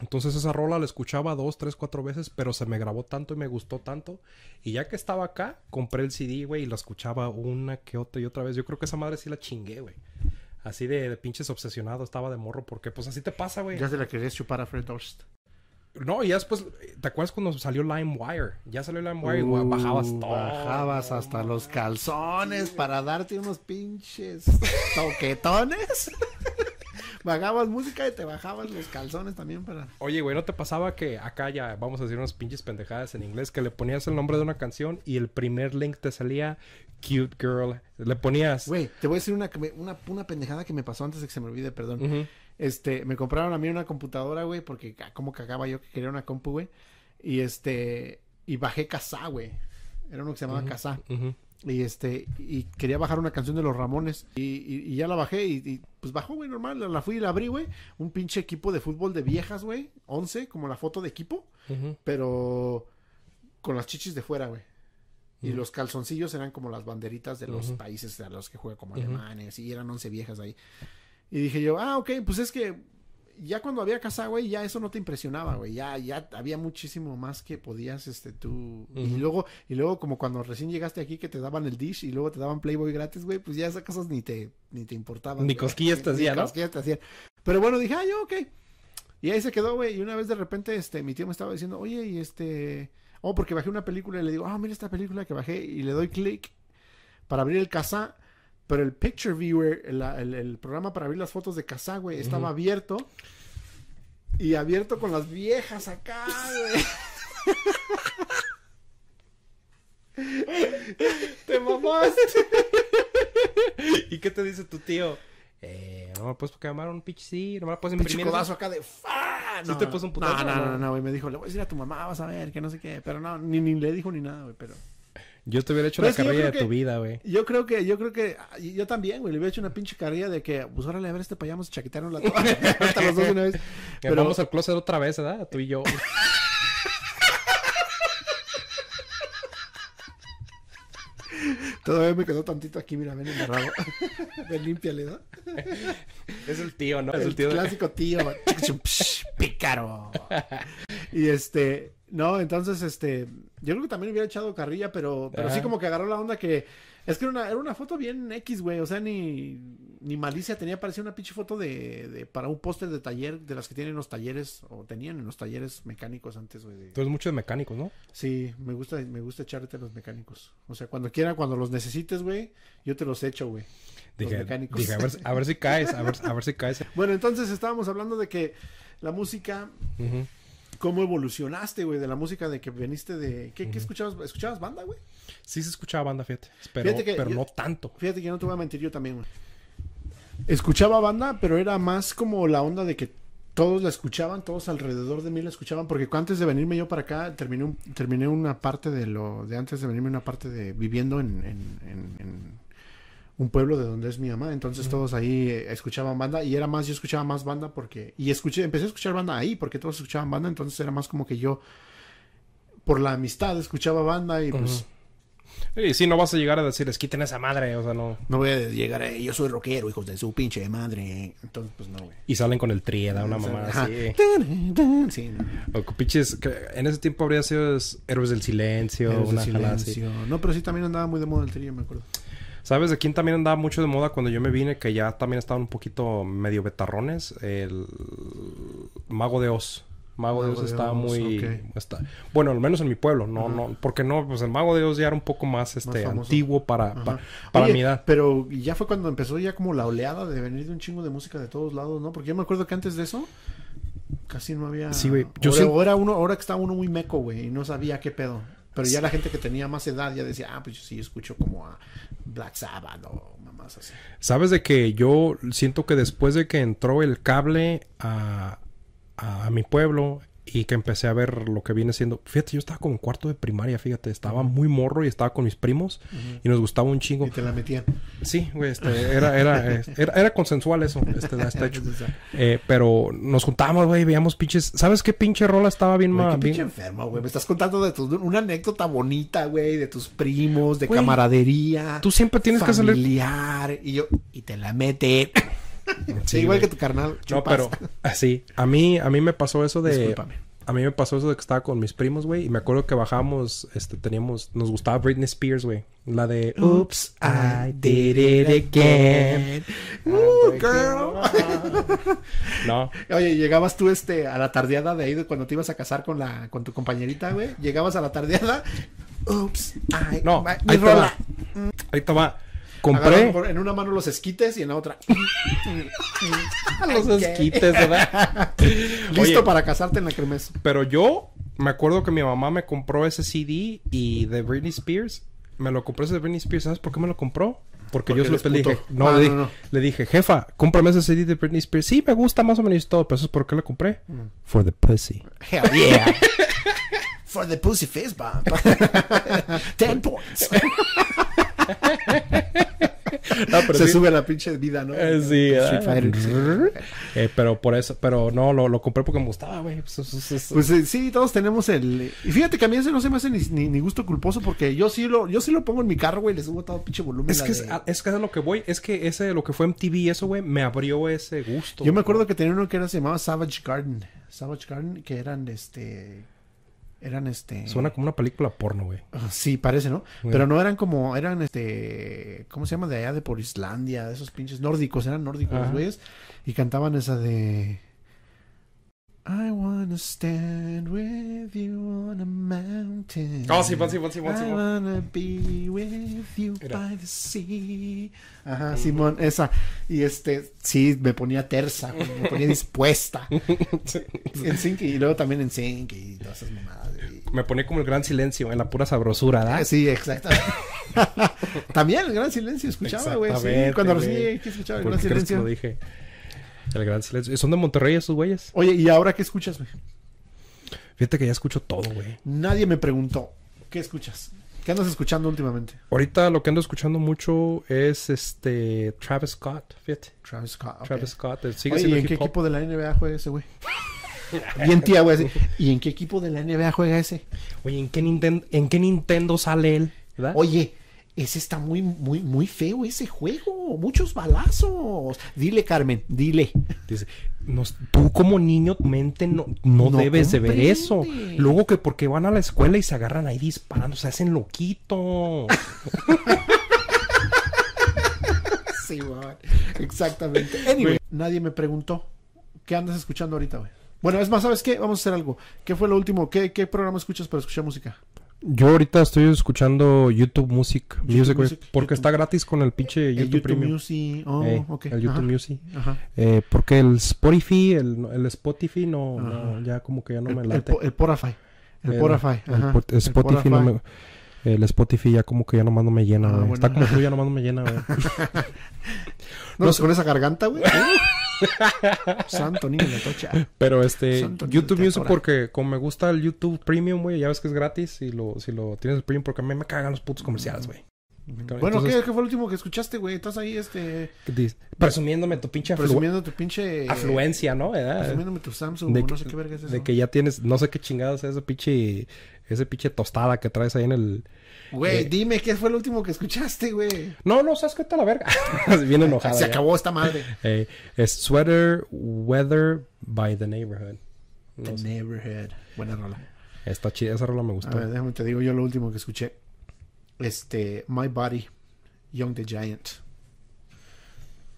Speaker 3: Entonces esa rola la escuchaba dos, tres, cuatro veces, pero se me grabó tanto y me gustó tanto. Y ya que estaba acá, compré el CD, güey, y la escuchaba una que otra y otra vez. Yo creo que esa madre sí la chingué, güey. Así de, de pinches obsesionado estaba de morro, porque pues así te pasa, güey.
Speaker 2: Ya se la querías chupar a Fred Durst.
Speaker 3: No, y ya después, ¿te acuerdas cuando salió LimeWire? Ya salió LimeWire y
Speaker 2: Uh,
Speaker 3: güey, bajabas todo.
Speaker 2: Bajabas hasta los calzones para darte unos pinches toquetones. bajabas música y te bajabas los calzones también para.
Speaker 3: Oye, güey, ¿no te pasaba que acá ya vamos a decir unas pinches pendejadas en inglés que le ponías el nombre de una canción y el primer link te salía Cute Girl? Le ponías.
Speaker 2: Güey, te voy a decir una, que me- una, una pendejada que me pasó antes de que se me olvide, perdón.
Speaker 3: Ujú.
Speaker 2: Este, me compraron a mí una computadora, güey, porque ca- como cagaba yo que quería una compu, güey. Y este, y bajé Kazá, güey. Era uno que se llamaba Kazá.
Speaker 3: Ujú.
Speaker 2: Y este, y quería bajar una canción de los Ramones. Y, y- y ya la bajé y, y, pues bajó, güey, normal. La, la fui y la abrí, güey. Un pinche equipo de fútbol de viejas, güey. 11, como la foto de equipo. Pero con las chichis de fuera, güey. Y los calzoncillos eran como las banderitas de los países a los que juega, como Alemania, y así, eran 11 viejas ahí. Y dije yo, ah, ok, pues es que ya cuando había casa, güey, ya eso no te impresionaba, güey. Ya, ya había muchísimo más que podías, este, tú. Y luego, y luego como cuando recién llegaste aquí que te daban el dish y luego te daban Playboy gratis, güey, pues ya esas cosas ni te, ni te importaban.
Speaker 3: Ni
Speaker 2: güey.
Speaker 3: cosquillas te hacían,
Speaker 2: Ni
Speaker 3: ¿no?
Speaker 2: cosquillas te hacían. Pero bueno, dije, ah, yo, ok. Y ahí se quedó, güey. Y una vez de repente, este, mi tío me estaba diciendo, oye, y este. Oh, porque bajé una película y le digo, ah, mira esta película que bajé. Y le doy clic para abrir el casa. Pero el Picture Viewer, el, el- el programa para abrir las fotos de casa, güey, estaba abierto. Y abierto con las viejas acá, güey.
Speaker 3: ¡Te mamaste! ¿Y qué te dice tu tío? Eh, no me puedes programar un pitch, sí, no me la puedes
Speaker 2: Pinche
Speaker 3: imprimir.
Speaker 2: codazo acá de fa.
Speaker 3: ¿Sí te puso un
Speaker 2: No,
Speaker 3: putazo,
Speaker 2: no,
Speaker 3: no?
Speaker 2: no, no, güey. Me dijo, le voy a decir a tu mamá, vas a ver, que no sé qué. Pero no, ni, ni le dijo ni nada, güey. Pero.
Speaker 3: Yo te hubiera hecho
Speaker 2: Pero
Speaker 3: la
Speaker 2: Pues es que yo
Speaker 3: carrera de
Speaker 2: creo
Speaker 3: tu
Speaker 2: que-
Speaker 3: vida, güey.
Speaker 2: Yo creo que, yo creo que, ah, yo también, güey, le hubiera hecho una pinche carrilla de que, pues órale, a ver, este payamos vamos a chaquetarnos la toalla hasta los dos de una vez.
Speaker 3: Pero...
Speaker 2: Pero,
Speaker 3: Vamos al closet otra vez, ¿verdad? Tú y yo.
Speaker 2: todavía me quedó tantito aquí, mira, ven embarrado. ven límpiale, ¿no?
Speaker 3: es el tío, ¿no? Es
Speaker 2: El
Speaker 3: el tío. De...
Speaker 2: clásico tío, Psh, pícaro. Y este, no, entonces, este, yo creo que también hubiera echado carrilla, pero, pero sí
Speaker 3: Ajá.
Speaker 2: como que agarró la onda que, es que era una, era una foto bien X, güey, o sea, ni, ni malicia tenía, parecía una pinche foto de, de- para un póster de taller, de las que tienen los talleres, o tenían en los talleres mecánicos antes, güey. de-
Speaker 3: Tú eres mucho de mecánicos, ¿no?
Speaker 2: Sí, me gusta, me gusta echarte a los mecánicos. O sea, cuando quiera, cuando los necesites, güey, yo te los echo, güey. Los
Speaker 3: Dije,
Speaker 2: mecánicos.
Speaker 3: dije a, ver, a ver si caes, a ver, a ver si caes.
Speaker 2: Bueno, entonces estábamos hablando de que la música,
Speaker 3: Ujú.
Speaker 2: cómo evolucionaste, güey, de la música de que veniste de... ¿Qué, qué escuchabas? ¿Escuchabas banda, güey?
Speaker 3: Sí se escuchaba banda, fíjate. Pero,
Speaker 2: Fíjate que
Speaker 3: pero
Speaker 2: yo-
Speaker 3: no tanto.
Speaker 2: Fíjate que no te voy a mentir yo también, güey. Escuchaba banda, pero era más como la onda de que todos la escuchaban, todos alrededor de mí la escuchaban, porque antes de venirme yo para acá, terminé, un- terminé una parte de lo... de antes de venirme una parte de viviendo en... en- en- en un pueblo de donde es mi mamá, entonces todos ahí eh, escuchaban banda y era más, yo escuchaba más banda porque, y escuché, empecé a escuchar banda ahí porque todos escuchaban banda, entonces era más como que yo, por la amistad, escuchaba banda y pues
Speaker 3: Y sí, no vas a llegar a decirles, quiten esa madre, o sea, no.
Speaker 2: No voy a llegar a yo soy rockero, hijos de su pinche madre. Entonces, pues no, güey.
Speaker 3: Y salen con el trieda, una mamada
Speaker 2: Ajá.
Speaker 3: así.
Speaker 2: Sí, no.
Speaker 3: O con pinches, que en ese tiempo habría sido es- Héroes del Silencio,
Speaker 2: Héroes del
Speaker 3: una jalada así.
Speaker 2: Silencio. No, pero sí también andaba muy de moda el trío, me acuerdo.
Speaker 3: ¿Sabes de quién también andaba mucho de moda cuando yo me vine? Que ya también estaban un poquito medio betarrones. El Mago de Oz. Mago, de
Speaker 2: Mago
Speaker 3: Oz
Speaker 2: de
Speaker 3: estaba
Speaker 2: Oz,
Speaker 3: muy...
Speaker 2: ok.
Speaker 3: está- bueno, al menos en mi pueblo. No, no. Porque no, pues el Mago de Oz ya era un poco más, este,
Speaker 2: famoso.
Speaker 3: antiguo para, pa- para,
Speaker 2: Ajá. Oye,
Speaker 3: mi edad.
Speaker 2: Pero ya fue cuando empezó ya como la oleada de venir de un chingo de música de todos lados, ¿no? Porque yo me acuerdo que antes de eso casi no había.
Speaker 3: Sí, güey.
Speaker 2: Yo
Speaker 3: Yo sí-
Speaker 2: ahora uno, ahora que estaba uno muy meco, güey, y no sabía qué pedo. Pero ya la gente que tenía más edad ya decía, ah, pues yo sí escucho como a Black Sabbath o mamás así.
Speaker 3: ¿Sabes de que yo siento que después de que entró el cable a, a, a mi pueblo y que empecé a ver lo que viene siendo... Fíjate, yo estaba como en cuarto de primaria, fíjate. Estaba muy morro y estaba con mis primos y nos gustaba un chingo.
Speaker 2: Y te la metían.
Speaker 3: Sí, güey, este, era, era, eh, era, era consensual eso, este, este hecho. Eh, pero nos juntábamos, güey, veíamos pinches. ¿Sabes qué pinche rola estaba bien
Speaker 2: Güey,
Speaker 3: ma-
Speaker 2: qué
Speaker 3: bien-
Speaker 2: pinche enfermo, güey. Me estás contando de tus, una anécdota bonita, güey, de tus primos, de
Speaker 3: Güey,
Speaker 2: camaradería.
Speaker 3: Tú siempre tienes que salir.
Speaker 2: familiar, y yo, y te la mete.
Speaker 3: Sí,
Speaker 2: igual
Speaker 3: güey.
Speaker 2: que tu carnal.
Speaker 3: No,
Speaker 2: chupas.
Speaker 3: pero así. A mí, a mí me pasó eso de.
Speaker 2: Discúlpame.
Speaker 3: A mí me pasó eso de que estaba con mis primos, güey. Y me acuerdo que bajábamos, este, teníamos, nos gustaba Britney Spears, güey. La de Oops, I did it again.
Speaker 2: Ooh, girl.
Speaker 3: No.
Speaker 2: Oye, llegabas tú este a la tardeada de ahí de cuando te ibas a casar con la con tu compañerita, güey. Llegabas a la tardeada. Oops, ay,
Speaker 3: No,
Speaker 2: ma- mi
Speaker 3: ahí te va.
Speaker 2: rola.
Speaker 3: Ahí te va.
Speaker 2: Agarraban
Speaker 3: Compré
Speaker 2: por- en una mano los esquites y en la otra.
Speaker 3: los esquites, ¿verdad?
Speaker 2: Listo
Speaker 3: Oye.
Speaker 2: para casarte en la cremes.
Speaker 3: Pero yo me acuerdo que mi mamá me compró ese CD y de Britney Spears. Me lo compró ese de Britney Spears. ¿Sabes por qué me lo compró?
Speaker 2: Porque
Speaker 3: Porque, yo se lo
Speaker 2: eres
Speaker 3: le
Speaker 2: puto.
Speaker 3: dije, no,
Speaker 2: Ah,
Speaker 3: le,
Speaker 2: no,
Speaker 3: dije-
Speaker 2: no.
Speaker 3: le dije, jefa, cómprame ese CD de Britney Spears. Sí, me gusta más o menos y todo, pero eso es por qué lo compré. For the pussy.
Speaker 2: Hell yeah. For the pussy fist bump. Ten points.
Speaker 3: No, Ah, pero
Speaker 2: Se
Speaker 3: sí.
Speaker 2: sube la pinche vida, ¿no?
Speaker 3: Eh, sí,
Speaker 2: Street Fighter.
Speaker 3: ah. Eh, pero por eso, pero no, lo, lo compré porque me gustaba, güey. Pues, es- es- es-
Speaker 2: Pues eh, sí, todos tenemos el. Y fíjate que a mí ese no se me hace ni, ni- ni gusto culposo porque yo sí lo, yo sí lo pongo en mi carro, güey, le subo todo pinche volumen.
Speaker 3: es
Speaker 2: la
Speaker 3: que es,
Speaker 2: de-
Speaker 3: a- es que es a lo que voy, es que ese lo que fue MTV eso, güey, me abrió ese gusto.
Speaker 2: Yo me
Speaker 3: güey.
Speaker 2: acuerdo que tenía uno que era se llamaba Savage Garden. Savage Garden, que eran este. Eran este.
Speaker 3: Suena como una película porno, güey.
Speaker 2: Ah, Sí, parece, ¿no?
Speaker 3: Bueno.
Speaker 2: Pero no eran como, eran este, ¿cómo se llama? De allá de por Islandia, de esos pinches nórdicos, eran nórdicos,
Speaker 3: Ajá.
Speaker 2: güeyes. Y cantaban esa de... I wanna stand with you on a mountain.
Speaker 3: Oh, Simón, Simón, Simón,
Speaker 2: I
Speaker 3: Simón.
Speaker 2: wanna be with you
Speaker 3: Mira.
Speaker 2: by the sea. Ajá, Simón, esa. Y este, sí, me ponía tersa, güey, me ponía dispuesta. en sync y luego también en sync y todas esas mamadas. y-
Speaker 3: Me pone como el gran silencio, en la pura sabrosura, ¿da?
Speaker 2: Ah, sí, exactamente. también el gran silencio escuchaba, güey. Sí,
Speaker 3: Exactamente,
Speaker 2: cuando
Speaker 3: güey.
Speaker 2: recién escuchaba el
Speaker 3: ¿Por
Speaker 2: gran
Speaker 3: qué crees que
Speaker 2: silencio.
Speaker 3: lo dije? El gran silencio. ¿Son de Monterrey esos güeyes?
Speaker 2: Oye, ¿y ahora qué escuchas, güey?
Speaker 3: Fíjate que ya escucho todo, güey.
Speaker 2: Nadie me preguntó, ¿qué escuchas? ¿Qué andas escuchando últimamente?
Speaker 3: Ahorita lo que ando escuchando mucho es este Travis Scott, fíjate.
Speaker 2: Travis Scott. ok.
Speaker 3: Travis Scott, eh, sigue
Speaker 2: Oye, ¿y
Speaker 3: siendo
Speaker 2: en qué
Speaker 3: hip hop.
Speaker 2: equipo de la NBA juega ese, güey? Bien tía, güey. así, ¿Y en qué equipo de la NBA juega ese?
Speaker 3: Oye, ¿en qué, Ninten- ¿en qué Nintendo sale él? ¿Verdad?
Speaker 2: Oye, ese está muy, muy, muy feo ese juego. Muchos balazos. Dile, Carmen, dile.
Speaker 3: Dice, "Nos- tú como niño, tu mente no, no
Speaker 2: No
Speaker 3: debes de ver eso.
Speaker 2: comprende.
Speaker 3: Luego que porque van a la escuela y se agarran ahí disparando, se hacen loquitos.
Speaker 2: Sí, güey. Exactamente. Anyway, nadie me preguntó qué andas escuchando ahorita, güey. Bueno, es más, ¿sabes qué? Vamos a hacer algo. ¿Qué fue lo último? ¿Qué, qué programa escuchas para escuchar música?
Speaker 3: Yo ahorita estoy escuchando YouTube Music, Music, güey,
Speaker 2: Music,
Speaker 3: porque está gratis con el pinche
Speaker 2: El
Speaker 3: YouTube, Premium.
Speaker 2: Music. Oh,
Speaker 3: Ey,
Speaker 2: ok.
Speaker 3: El YouTube
Speaker 2: Ajá,
Speaker 3: Music.
Speaker 2: Ajá.
Speaker 3: Eh, porque el Spotify, el, el Spotify no, no,
Speaker 2: Ajá.
Speaker 3: ya como que ya no me
Speaker 2: El, el,
Speaker 3: late.
Speaker 2: po- el Porafy. El,
Speaker 3: Eh,
Speaker 2: Porafy.
Speaker 3: el
Speaker 2: ajá,
Speaker 3: po-
Speaker 2: el
Speaker 3: Spotify no
Speaker 2: Porafy.
Speaker 3: me- el Spotify ya como que ya nomás no me llena,
Speaker 2: Ah,
Speaker 3: güey.
Speaker 2: bueno.
Speaker 3: Está como tú, ya nomás no me llena, güey.
Speaker 2: No, pues con esa garganta, güey. Santo niño de tocha.
Speaker 3: Pero este,
Speaker 2: Santo Dios,
Speaker 3: YouTube
Speaker 2: te
Speaker 3: Music,
Speaker 2: atora.
Speaker 3: porque como me gusta el YouTube Premium, güey, ya ves que es gratis. Si lo, si lo tienes el Premium, porque a mí me cagan los putos comerciales, güey.
Speaker 2: Mm. Bueno, ¿qué,
Speaker 3: Entonces,
Speaker 2: ¿qué fue lo último que escuchaste, güey? Estás ahí, este,
Speaker 3: ¿qué dices? Presumiéndome tu pinche aflu-
Speaker 2: presumiendo tu pinche...
Speaker 3: afluencia, ¿no? ¿Verdad?
Speaker 2: Presumiéndome tu Samsung,
Speaker 3: De
Speaker 2: o
Speaker 3: que-
Speaker 2: no sé qué verga es eso.
Speaker 3: De que ya tienes, no sé qué chingados es ese pinche, ese pinche tostada que traes ahí en el.
Speaker 2: Güey,
Speaker 3: de-
Speaker 2: dime, ¿qué fue lo último que escuchaste, güey?
Speaker 3: No, no, sabes qué está la verga. Bien enojada.
Speaker 2: Se
Speaker 3: ya.
Speaker 2: acabó esta madre.
Speaker 3: Eh, es Sweater Weather by the Neighborhood.
Speaker 2: The Neighborhood. Buena rola.
Speaker 3: Está chida, esa rola me
Speaker 2: A ver,
Speaker 3: gustó.
Speaker 2: déjame te digo yo lo último que escuché. Este, My Body, Young the Giant.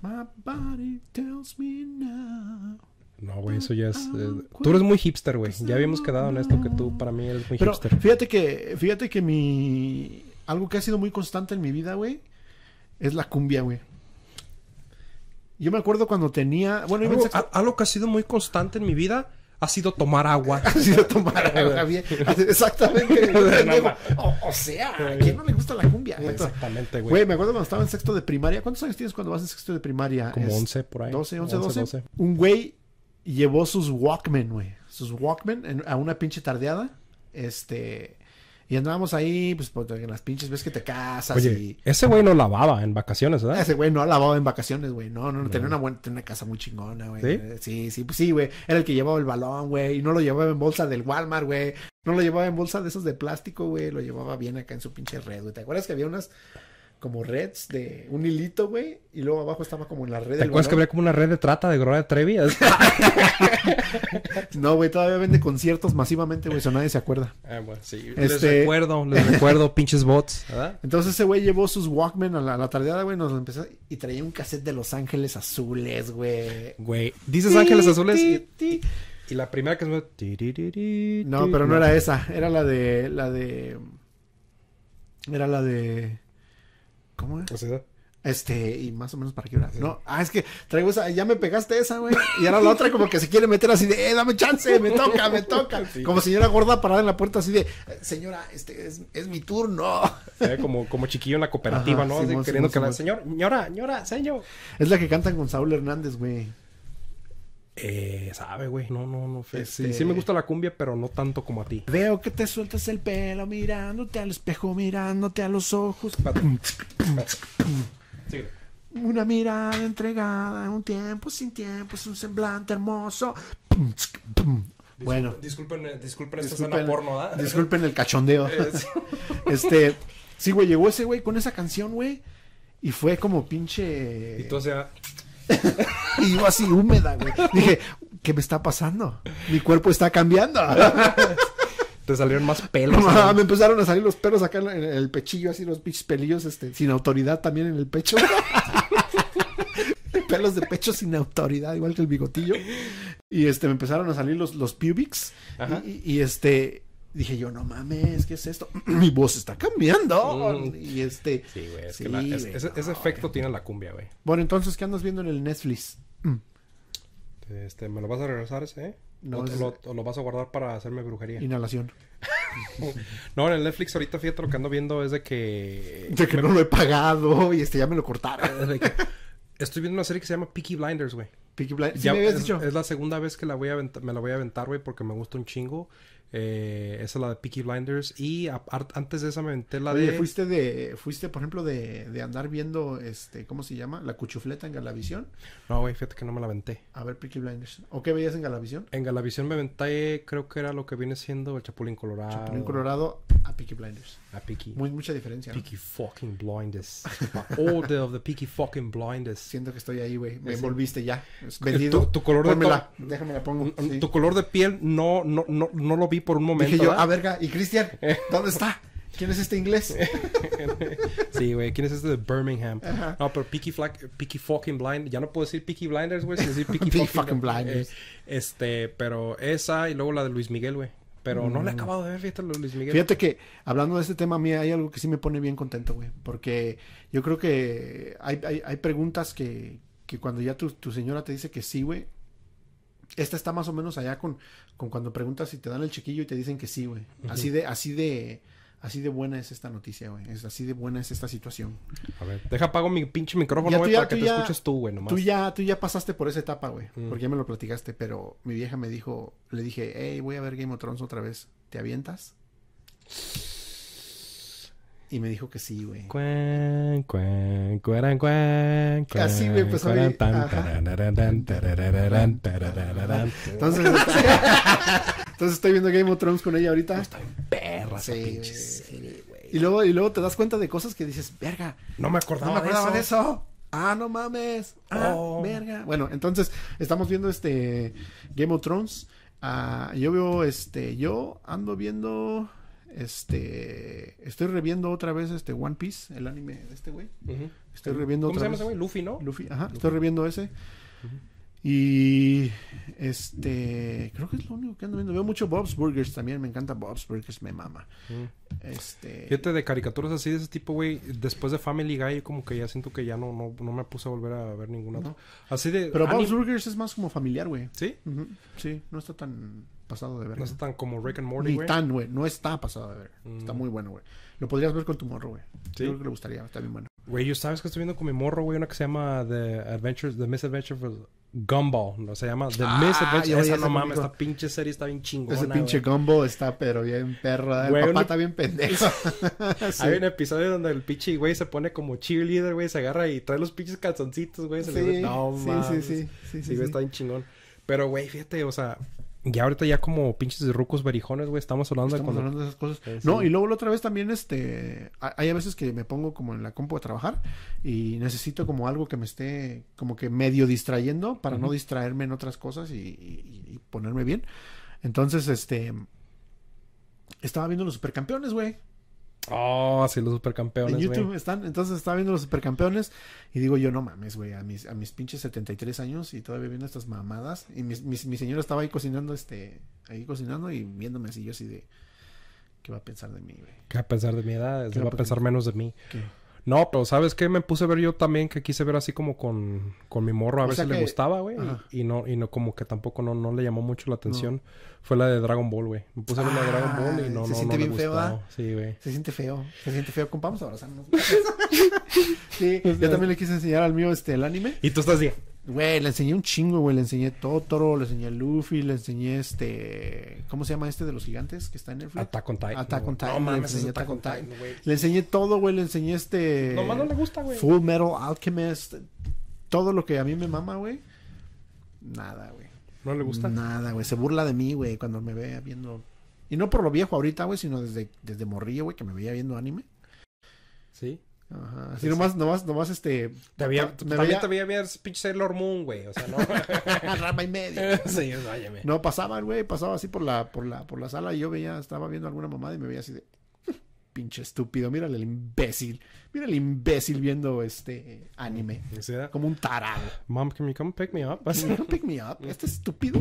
Speaker 2: My body tells me now.
Speaker 3: No, güey, eso ya es. eh,
Speaker 2: Ah,
Speaker 3: tú eres muy hipster, güey. Ya habíamos quedado en esto que tú, para mí, eres
Speaker 2: Pues
Speaker 3: muy
Speaker 2: Pero
Speaker 3: hipster.
Speaker 2: fíjate que, fíjate que mi. Algo que ha sido muy constante en mi vida, güey, es la cumbia, güey. Yo me acuerdo cuando tenía. Bueno, iba en
Speaker 3: Algo,
Speaker 2: sexto-
Speaker 3: a- algo que ha sido muy constante en mi vida ha sido tomar agua.
Speaker 2: Así lo tomara, güey, Javier. Así- Exactamente. pendejo. o, o sea, ¿a quién no le gusta la cumbia?
Speaker 3: Exactamente, güey.
Speaker 2: Güey, me acuerdo cuando estaba en sexto de primaria. ¿Cuántos años tienes cuando vas en sexto de primaria?
Speaker 3: Como
Speaker 2: Es
Speaker 3: 11 por ahí.
Speaker 2: 12, 11, 12.
Speaker 3: 11,
Speaker 2: Un güey llevó sus Walkman, güey. Sus Walkman en- a una pinche tardeada. Este. Y andábamos ahí, pues, por- en las pinches ves que te casas
Speaker 3: Oye,
Speaker 2: y.
Speaker 3: ese güey no lavaba en vacaciones, ¿verdad?
Speaker 2: Ese güey no lavaba en vacaciones, güey. No, no, no. Tenía una buena, tenía una casa muy chingona, güey.
Speaker 3: ¿Sí?
Speaker 2: Sí, sí, pues sí, güey. Era el que llevaba el balón, güey. Y no lo llevaba en bolsa del Walmart, güey. No lo llevaba en bolsa de esos de plástico, güey. Lo llevaba bien acá en su pinche red, güey. ¿Te acuerdas que había unas como reds de un hilito, güey? Y luego abajo estaba como en la red
Speaker 3: ¿Te
Speaker 2: del
Speaker 3: acuerdas que
Speaker 2: balón.
Speaker 3: había como una red de trata de Gloria Trevi?
Speaker 2: No, güey, todavía vende conciertos masivamente, güey. Eso nadie se acuerda.
Speaker 3: Ah, bueno, sí. Les
Speaker 2: Este-
Speaker 3: recuerdo, les recuerdo, pinches bots, ¿verdad?
Speaker 2: Entonces ese güey llevó sus Walkman a la, a la tardeada, güey. Nos lo empezó y traía un cassette de Los Ángeles Azules, güey.
Speaker 3: Güey, dices Ángeles
Speaker 2: Ti,
Speaker 3: Azules
Speaker 2: ti,
Speaker 3: y,
Speaker 2: ti.
Speaker 3: y la primera que se
Speaker 2: No, pero no era esa. Era la de. La de. Era la de. ¿Cómo es?
Speaker 3: pues esa.
Speaker 2: Este, y más o menos para qué hora. No, ah, es que traigo esa, ya me pegaste esa, güey. Y ahora la otra como que se quiere meter así de, eh, dame chance, me toca, me toca.
Speaker 3: Sí.
Speaker 2: Como señora gorda parada en la puerta así de, "Eh, señora, este es, es mi turno.
Speaker 3: Se ve como, como chiquillo en la cooperativa,
Speaker 2: Ajá,
Speaker 3: ¿no? Así
Speaker 2: Simón,
Speaker 3: queriendo
Speaker 2: Simón,
Speaker 3: que la señor, señora, señora, señor.
Speaker 2: Es la que cantan con Saúl Hernández, güey.
Speaker 3: Eh, sabe, güey. No, no, no. fe- Sí,
Speaker 2: Este-
Speaker 3: sí me gusta la cumbia, pero no tanto como a ti.
Speaker 2: Veo que te sueltas el pelo mirándote al espejo, mirándote a los ojos.
Speaker 3: Sí.
Speaker 2: Una mirada entregada, un tiempo sin tiempo, es un semblante hermoso. Bueno,
Speaker 3: Disculpen, eh, disculpen esta
Speaker 2: disculpen,
Speaker 3: escena porno, ¿ah? Eh, ¿verdad?
Speaker 2: disculpen el cachondeo. Este, sí, güey, llegó ese güey con esa canción, güey. Y fue como pinche.
Speaker 3: Y tú, o sea,
Speaker 2: Y yo así húmeda, güey. Dije, ¿qué me está pasando? Mi cuerpo está cambiando.
Speaker 3: te salieron más pelos.
Speaker 2: Ah,
Speaker 3: ¿no?
Speaker 2: me empezaron a salir los pelos acá en en el pechillo, así los pinches pelillos, este, sin autoridad también en el pecho. pelos de pecho sin autoridad, igual que el bigotillo. Y este, me empezaron a salir los, los pubics.
Speaker 3: Ajá.
Speaker 2: Y, y, este, dije yo, no mames, ¿qué es esto? Mi voz está cambiando.
Speaker 3: Mm.
Speaker 2: Y este.
Speaker 3: Sí, güey. Es
Speaker 2: sí,
Speaker 3: que la- es-
Speaker 2: güey,
Speaker 3: ese,
Speaker 2: no,
Speaker 3: ese efecto tiene la cumbia, güey.
Speaker 2: Bueno, entonces, ¿qué andas viendo en el Netflix?
Speaker 3: Este, ¿Me lo vas a regresar ese, eh?
Speaker 2: No,
Speaker 3: ¿O,
Speaker 2: es-
Speaker 3: lo, o lo vas a guardar para hacerme brujería?
Speaker 2: Inhalación.
Speaker 3: No, en el Netflix ahorita fíjate lo que ando viendo es de que...
Speaker 2: De que no lo he pagado y este ya me lo cortaron.
Speaker 3: de que estoy viendo una serie que se llama Peaky Blinders, güey.
Speaker 2: Peaky Blinders. Sí
Speaker 3: Ya
Speaker 2: me habías
Speaker 3: es,
Speaker 2: dicho.
Speaker 3: es la segunda vez que la voy a avent- me la voy a aventar, güey, porque me gusta un chingo. Eh, esa es la de Peaky Blinders. Y a- ar- antes de esa me aventé la
Speaker 2: Oye,
Speaker 3: de...
Speaker 2: fuiste de, fuiste por ejemplo de, de andar viendo, este, ¿cómo se llama? La cuchufleta en Galavisión.
Speaker 3: No, güey, fíjate que no me la aventé.
Speaker 2: A ver, Peaky Blinders. ¿O qué veías en Galavisión?
Speaker 3: En Galavisión me aventé, creo que era lo que viene siendo el Chapulín Colorado.
Speaker 2: En Colorado a Peaky Blinders.
Speaker 3: A Peaky.
Speaker 2: Muy, mucha diferencia. ¿no?
Speaker 3: Peaky fucking blinders. My order of the Peaky fucking blinders.
Speaker 2: Siento que estoy ahí, güey. Me
Speaker 3: Ese-
Speaker 2: envolviste ya. Es
Speaker 3: Eh,
Speaker 2: Vendido.
Speaker 3: tu- tu color de
Speaker 2: Pónmela. Déjame la pongo.
Speaker 3: Mm,
Speaker 2: sí.
Speaker 3: Tu color de piel no, no, no, no lo vi por un momento.
Speaker 2: Dije yo,
Speaker 3: ¿verdad?
Speaker 2: ah, verga. ¿Y Cristian? ¿Dónde está? ¿Quién es este inglés?
Speaker 3: Sí, güey, ¿quién es este de Birmingham?
Speaker 2: Ajá.
Speaker 3: No, pero Peaky, Flack- Peaky fucking blind, ya no puedo decir Peaky Blinders, güey, sin decir Peaky,
Speaker 2: Peaky
Speaker 3: fucking,
Speaker 2: fucking Blinders.
Speaker 3: Blinders. este, pero esa y luego la de Luis Miguel, güey. Pero no la he acabado de ver, fíjate, la de Luis Miguel.
Speaker 2: Fíjate que hablando de este tema, a mí hay algo que sí me pone bien contento, güey. Porque yo creo que hay, hay- hay preguntas que, que cuando ya tu, tu señora te dice que sí, güey. Esta está más o menos allá con, con cuando preguntas si te dan el chiquillo y te dicen que sí, güey. Así de, así de, así de buena es esta noticia, güey. Es así de buena es esta situación.
Speaker 3: A ver, deja apago mi pinche
Speaker 2: Ya
Speaker 3: micrófono,
Speaker 2: tú
Speaker 3: güey,
Speaker 2: ya-
Speaker 3: para que
Speaker 2: tú
Speaker 3: te
Speaker 2: ya-
Speaker 3: escuches tú, güey, nomás.
Speaker 2: Tú ya, tú ya pasaste por esa etapa, güey.
Speaker 3: Mm.
Speaker 2: Porque ya me lo platicaste, pero mi vieja me dijo, le dije, hey, voy a ver Game of Thrones otra vez. ¿Te avientas? Y me dijo que sí, güey.
Speaker 3: Cuen, cuen, cueran, cuen, cuen,
Speaker 2: Así me empezó a
Speaker 3: cueran,
Speaker 2: ir,
Speaker 3: tan,
Speaker 2: ajá.
Speaker 3: tarararán, tarararán, tarararán.
Speaker 2: Entonces, entonces estoy viendo Game of Thrones con ella ahorita.
Speaker 3: Está bien perra esa
Speaker 2: Sí,
Speaker 3: pinche
Speaker 2: güey,
Speaker 3: serie, güey.
Speaker 2: Y luego, y luego te das cuenta de cosas que dices, verga,
Speaker 3: No me
Speaker 2: no,
Speaker 3: acordaba,
Speaker 2: me acordaba de eso. Ah, no mames. Ah,
Speaker 3: Oh.
Speaker 2: verga. Bueno, entonces estamos viendo este Game of Thrones. Ah, yo veo este, yo ando viendo este, estoy reviendo otra vez este One Piece, el anime de este güey.
Speaker 3: Ujú.
Speaker 2: Estoy reviendo
Speaker 3: ¿Cómo se
Speaker 2: otra
Speaker 3: llama ese
Speaker 2: vez.
Speaker 3: güey? Luffy, ¿no?
Speaker 2: Luffy, ajá, estoy reviendo ese. Y este, creo que es lo único que ando viendo. Veo mucho Bob's Burgers también, me encanta Bob's Burgers, me mama.
Speaker 3: Mm.
Speaker 2: Este,
Speaker 3: Fíjate, de caricaturas así de ese tipo, güey, después de Family Guy, como que ya siento que ya no, no, no me puse a volver a ver ninguna otra. Así de...
Speaker 2: pero
Speaker 3: anime-
Speaker 2: Bob's Burgers es más como familiar, güey.
Speaker 3: ¿Sí?
Speaker 2: Ujú, Sí, no está tan pasado de verga.
Speaker 3: No es tan como Rick and Morty,
Speaker 2: Ni
Speaker 3: güey.
Speaker 2: tan, güey. No está pasado de verga. Está
Speaker 3: Mm.
Speaker 2: muy bueno, güey. Lo podrías ver con tu morro, güey.
Speaker 3: Sí.
Speaker 2: Yo creo que le gustaría. Está bien bueno.
Speaker 3: Güey, yo sabes que estoy viendo con mi morro, güey, una que se llama The Adventures, The Misadventures of Gumball. No, se llama The
Speaker 2: Ah, yo
Speaker 3: Misadventures.
Speaker 2: ya
Speaker 3: Esa
Speaker 2: sé
Speaker 3: no
Speaker 2: cómo
Speaker 3: mames,
Speaker 2: dijo.
Speaker 3: esta pinche serie está bien chingona,
Speaker 2: Ese pinche
Speaker 3: güey.
Speaker 2: gumbo está, pero bien perra. El
Speaker 3: Güey,
Speaker 2: papá
Speaker 3: una-
Speaker 2: está bien pendejo. Sí.
Speaker 3: Hay un episodio donde el pinche güey se pone como cheerleader, güey, se agarra y trae los pinches calzoncitos, güey. se le ve-
Speaker 2: Sí,
Speaker 3: No,
Speaker 2: sí,
Speaker 3: mames.
Speaker 2: sí, sí, sí, sí,
Speaker 3: Sí, güey,
Speaker 2: sí.
Speaker 3: está bien chingón. Pero, güey, fíjate, o sea, ya ahorita ya como pinches rucos verijones, güey, estamos hablando
Speaker 2: Estamos
Speaker 3: de cuando... Eh,
Speaker 2: hablando de esas cosas.
Speaker 3: Sí, sí.
Speaker 2: No, y luego la otra vez también, este, ha- hay a veces que me pongo como en la compu a trabajar y necesito como algo que me esté como que medio distrayendo para no
Speaker 3: Ujú.
Speaker 2: distraerme en otras cosas y, y- y ponerme bien. Entonces, este, estaba viendo los supercampeones, güey.
Speaker 3: Oh, sí, los
Speaker 2: En
Speaker 3: supercampeones,
Speaker 2: YouTube
Speaker 3: güey.
Speaker 2: están, entonces estaba viendo los supercampeones y digo yo, no mames, güey, a mis, a mis pinches 73 años y todavía viendo estas mamadas. Y mis- mis- mi, señora estaba ahí cocinando, este, ahí cocinando y viéndome así, yo así de, ¿qué va a pensar de mí, güey?
Speaker 3: ¿Qué va a pensar de mi edad?
Speaker 2: ¿Qué
Speaker 3: Se va a
Speaker 2: va a
Speaker 3: pensar
Speaker 2: pensar?
Speaker 3: menos de mí.
Speaker 2: ¿Qué?
Speaker 3: No, pero ¿sabes qué? Me puse a ver yo también que quise ver así como con, con mi morro a
Speaker 2: O
Speaker 3: ver
Speaker 2: sea
Speaker 3: si le
Speaker 2: que-
Speaker 3: gustaba, güey.
Speaker 2: Ajá.
Speaker 3: Y no, y no, como que tampoco no, no le llamó mucho la atención. Fue la de Dragon Ball, güey. Me puse a ver la de Dragon Ball y
Speaker 2: Ah,
Speaker 3: no,
Speaker 2: se
Speaker 3: no,
Speaker 2: siente
Speaker 3: no le
Speaker 2: bien feo,
Speaker 3: gustó.
Speaker 2: ¿verdad?
Speaker 3: Sí, güey.
Speaker 2: Se siente feo, se siente feo. Compa, vamos a abrazarnos. güey. sí, yo también le quise enseñar al mío este, el anime.
Speaker 3: Y tú estás así.
Speaker 2: Güey, le enseñé un chingo, güey. Le enseñé Totoro, le enseñé Luffy, le enseñé este... ¿Cómo se llama este de los gigantes que está en el
Speaker 3: Attack on Titan.
Speaker 2: Attack on
Speaker 3: güey.
Speaker 2: Titan.
Speaker 3: No
Speaker 2: le
Speaker 3: mames,
Speaker 2: enseñé
Speaker 3: es
Speaker 2: Attack on Titan.
Speaker 3: güey.
Speaker 2: Le enseñé todo, güey. Le enseñé este...
Speaker 3: Nomás no le gusta, güey.
Speaker 2: Full Metal Alchemist. Todo lo que a mí me mama, güey. Nada, güey.
Speaker 3: No le gusta.
Speaker 2: Nada, güey. Se burla de mí, güey, cuando me ve viendo... Y no por lo viejo ahorita, güey, sino desde, desde morrillo, güey, que me veía viendo anime.
Speaker 3: Sí.
Speaker 2: Ajá.
Speaker 3: Sí,
Speaker 2: Así nomás, nomás, nomás, este...
Speaker 3: Te había,
Speaker 2: me
Speaker 3: también
Speaker 2: veía...
Speaker 3: te veía ver pinche Sailor Moon, güey. O sea, no.
Speaker 2: Rama y medio.
Speaker 3: sí, váyame.
Speaker 2: No, pasaba, güey, pasaba así por la, por la, por la sala y yo veía, estaba viendo alguna mamada y me veía así de. pinche estúpido. Mírale el imbécil. Mira el imbécil viendo este anime.
Speaker 3: O sea,
Speaker 2: Como un tarado.
Speaker 3: Mom, can you come pick me up?
Speaker 2: Así, no pick me up. Este estúpido.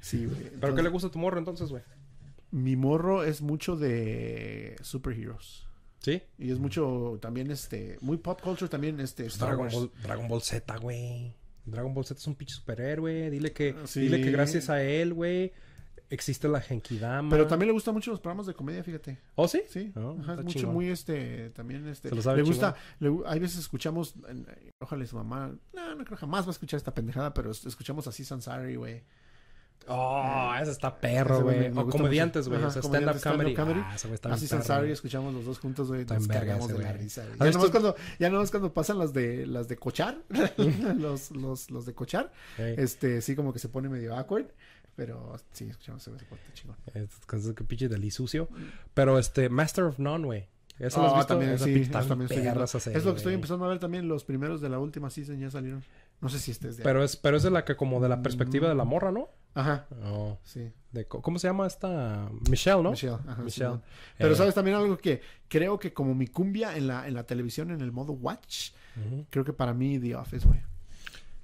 Speaker 2: sí, güey.
Speaker 3: ¿Pero qué
Speaker 2: Entonces,
Speaker 3: le gusta a tu morro entonces, güey?
Speaker 2: Mi morro es mucho de superheroes.
Speaker 3: ¿Sí?
Speaker 2: Y es mucho también este. Muy pop culture también este. Star
Speaker 3: Pues Dragon
Speaker 2: Wars.
Speaker 3: Ball, Dragon Ball Z, güey. Dragon Ball Z es un pinche superhéroe. Dile que,
Speaker 2: Ah, Sí.
Speaker 3: dile que gracias a él, güey, existe la Genkidama.
Speaker 2: Pero también le gustan mucho los programas de comedia, fíjate.
Speaker 3: ¿Oh, sí?
Speaker 2: Sí,
Speaker 3: Oh,
Speaker 2: ajá, es
Speaker 3: está
Speaker 2: mucho,
Speaker 3: chingón.
Speaker 2: muy este, también este.
Speaker 3: Se lo sabe
Speaker 2: le gusta, le gu- hay veces escuchamos, eh, ojalá y su mamá, no, no creo jamás va a escuchar esta pendejada, pero es- escuchamos así Sansari, güey.
Speaker 3: Oh, ese está
Speaker 2: Ese
Speaker 3: perro,
Speaker 2: güey me-
Speaker 3: güey.
Speaker 2: me
Speaker 3: O
Speaker 2: gusta
Speaker 3: comediantes,
Speaker 2: mucho.
Speaker 3: güey. O
Speaker 2: Ajá,
Speaker 3: sea, stand-up
Speaker 2: comediantes,
Speaker 3: comedy.
Speaker 2: stand-up
Speaker 3: Ah, ese güey está
Speaker 2: así
Speaker 3: bien perro,
Speaker 2: Sansari,
Speaker 3: güey.
Speaker 2: escuchamos los dos juntos, güey,
Speaker 3: Está
Speaker 2: nos
Speaker 3: en verga
Speaker 2: cagamos
Speaker 3: ese,
Speaker 2: de la
Speaker 3: güey.
Speaker 2: risa. güey.
Speaker 3: ¿Has
Speaker 2: Ya
Speaker 3: visto-
Speaker 2: nomás cuando, ya nomás cuando pasan las de, las de cochar, los, los, los de cochar,
Speaker 3: Ey.
Speaker 2: este, sí como que se pone medio awkward, pero sí, escuchamos ese güey, está chingón.
Speaker 3: Es- con ese que pinche del sucio. Pero este, Master of None, güey. Eso lo has
Speaker 2: Ah,
Speaker 3: visto.
Speaker 2: también,
Speaker 3: Esa
Speaker 2: sí,
Speaker 3: pinche
Speaker 2: eso
Speaker 3: está
Speaker 2: también estoy
Speaker 3: perra
Speaker 2: viendo.
Speaker 3: esa
Speaker 2: Es lo
Speaker 3: serie,
Speaker 2: que estoy
Speaker 3: güey.
Speaker 2: empezando a ver también, los primeros de la última season ya salieron. No sé si este es de
Speaker 3: Pero es, pero es de la que, como de la perspectiva de la
Speaker 2: Mm.
Speaker 3: morra, ¿no?
Speaker 2: Ajá,
Speaker 3: No.
Speaker 2: sí.
Speaker 3: De, co- ¿Cómo se llama esta? Michelle, ¿no?
Speaker 2: Michelle, ajá,
Speaker 3: Michelle.
Speaker 2: Simón. Pero
Speaker 3: Eh,
Speaker 2: sabes también algo que creo que como mi cumbia en la, en la televisión, en el modo watch, creo que para mí The Office, güey.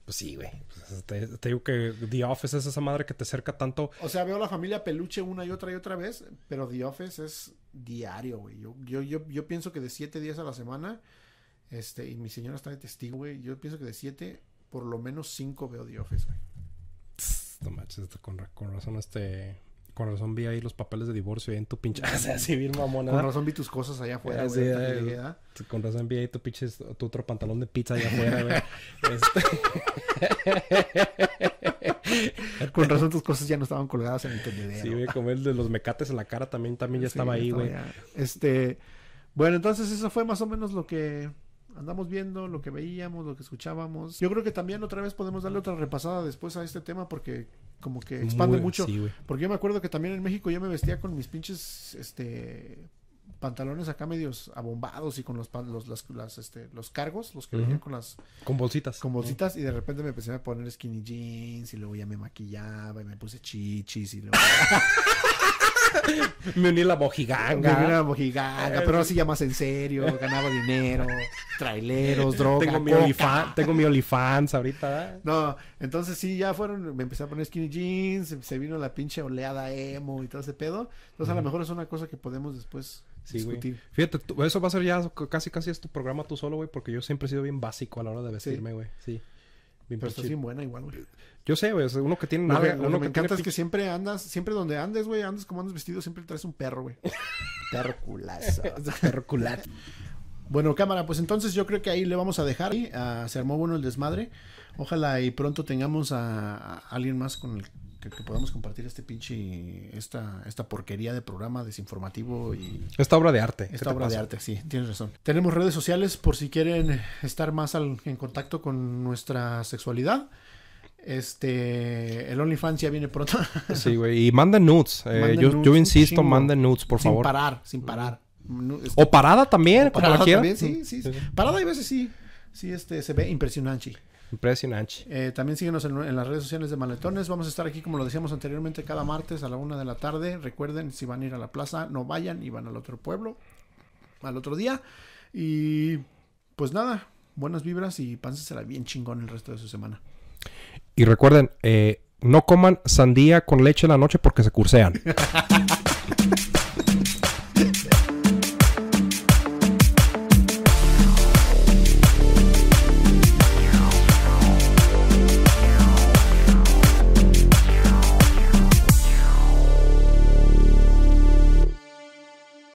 Speaker 3: Pues sí, güey. Pues, Te, te digo que The Office es esa madre que te acerca tanto.
Speaker 2: O sea, veo la familia peluche una y otra y otra vez, pero The Office es diario, güey. Yo, yo, yo, yo pienso que de siete días a la semana, este, y mi señora está de testigo, güey. Yo pienso que de siete, por lo menos cinco veo The Office, güey.
Speaker 3: No manches, este, con, ra- con razón, este. Con razón vi ahí los papeles de divorcio ahí en tu pinche. O sea, así bien mamona.
Speaker 2: Con razón vi tus cosas allá afuera,
Speaker 3: Ah,
Speaker 2: güey.
Speaker 3: sí,
Speaker 2: ahorita que
Speaker 3: eh,
Speaker 2: llegué, ¿ah?
Speaker 3: Con razón vi ahí tu pinche. Tu otro pantalón de pizza allá afuera, güey. Este.
Speaker 2: ¿eh? Con razón tus cosas ya no estaban colgadas en el tendedero.
Speaker 3: Sí, güey, como el de los mecates en la cara también, también ya estaba
Speaker 2: Sí,
Speaker 3: ahí, güey.
Speaker 2: ya. Este, bueno, entonces eso fue más o menos lo que andamos viendo, lo que veíamos, lo que escuchábamos. Yo creo que también otra vez podemos darle otra repasada después a este tema porque como que expande
Speaker 3: Muy-
Speaker 2: mucho.
Speaker 3: sí, güey.
Speaker 2: porque yo me acuerdo que también en México yo me vestía con mis pinches este pantalones acá medios abombados y con los pan- los las, las, este, los cargos, los que venían con las
Speaker 3: Con bolsitas.
Speaker 2: con bolsitas y de repente me empecé a poner skinny jeans y luego ya me maquillaba y me puse chichis y luego
Speaker 3: Me uní la
Speaker 2: Me vi una
Speaker 3: mojiganga.
Speaker 2: mojiganga, pero así ya más en serio, ganaba dinero, traileros, droga,
Speaker 3: Tengo mi,
Speaker 2: coca.
Speaker 3: olifan, tengo mi OnlyFans ahorita. ¿eh?
Speaker 2: No, entonces sí, ya fueron, me empecé a poner skinny jeans, se- se vino la pinche oleada emo y todo ese pedo. Entonces a lo mejor es una cosa que podemos después
Speaker 3: Sí, güey.
Speaker 2: discutir.
Speaker 3: Fíjate, tú- eso va a ser ya c- casi casi es tu programa tú solo, güey, porque yo siempre he sido bien básico a la hora de vestirme, güey. Sí. Bien
Speaker 2: Pero está
Speaker 3: pinche-
Speaker 2: bien buena igual, güey.
Speaker 3: Yo sé, güey, es uno que tiene
Speaker 2: Lo que,
Speaker 3: nalga,
Speaker 2: lo que
Speaker 3: uno
Speaker 2: me
Speaker 3: que tiene
Speaker 2: encanta es que
Speaker 3: pinche-
Speaker 2: siempre andas, siempre donde andes, güey, andas como andas vestido, siempre traes un perro, güey. perro culazo. perro culazo. Bueno, cámara, pues entonces yo creo que ahí le vamos a dejar. Y, ah, se armó bueno el desmadre. Ojalá y pronto tengamos a, a alguien más con el que, que podamos compartir este pinche, esta, esta porquería de programa desinformativo y
Speaker 3: Esta obra de arte. ¿qué
Speaker 2: esta
Speaker 3: te
Speaker 2: obra de
Speaker 3: pasa?
Speaker 2: arte, sí, tienes razón. Tenemos redes sociales por si quieren estar más al- en contacto con nuestra sexualidad. Este, el OnlyFans ya viene pronto.
Speaker 3: Sí, güey. Y manden nudes. eh,
Speaker 2: Manden
Speaker 3: yo,
Speaker 2: nudes
Speaker 3: yo
Speaker 2: un
Speaker 3: insisto,
Speaker 2: chingo.
Speaker 3: manden nudes, por
Speaker 2: sin
Speaker 3: favor.
Speaker 2: parar, sin parar. No, este,
Speaker 3: O parada también, como
Speaker 2: parada
Speaker 3: la quieran.
Speaker 2: también, sí, sí, sí. Parada hay veces sí. Sí, este, se ve impresionante.
Speaker 3: Impresionante.
Speaker 2: Eh, también síguenos en, en las redes sociales de Maletones. Vamos a estar aquí, como lo decíamos anteriormente, cada martes a la una de la tarde. Recuerden, si van a ir a la plaza, no vayan y van al otro pueblo, al otro día. Y pues nada, buenas vibras y pánsensela bien chingón el resto de su semana.
Speaker 3: Y recuerden, eh, no coman sandía con leche en la noche porque se cursean.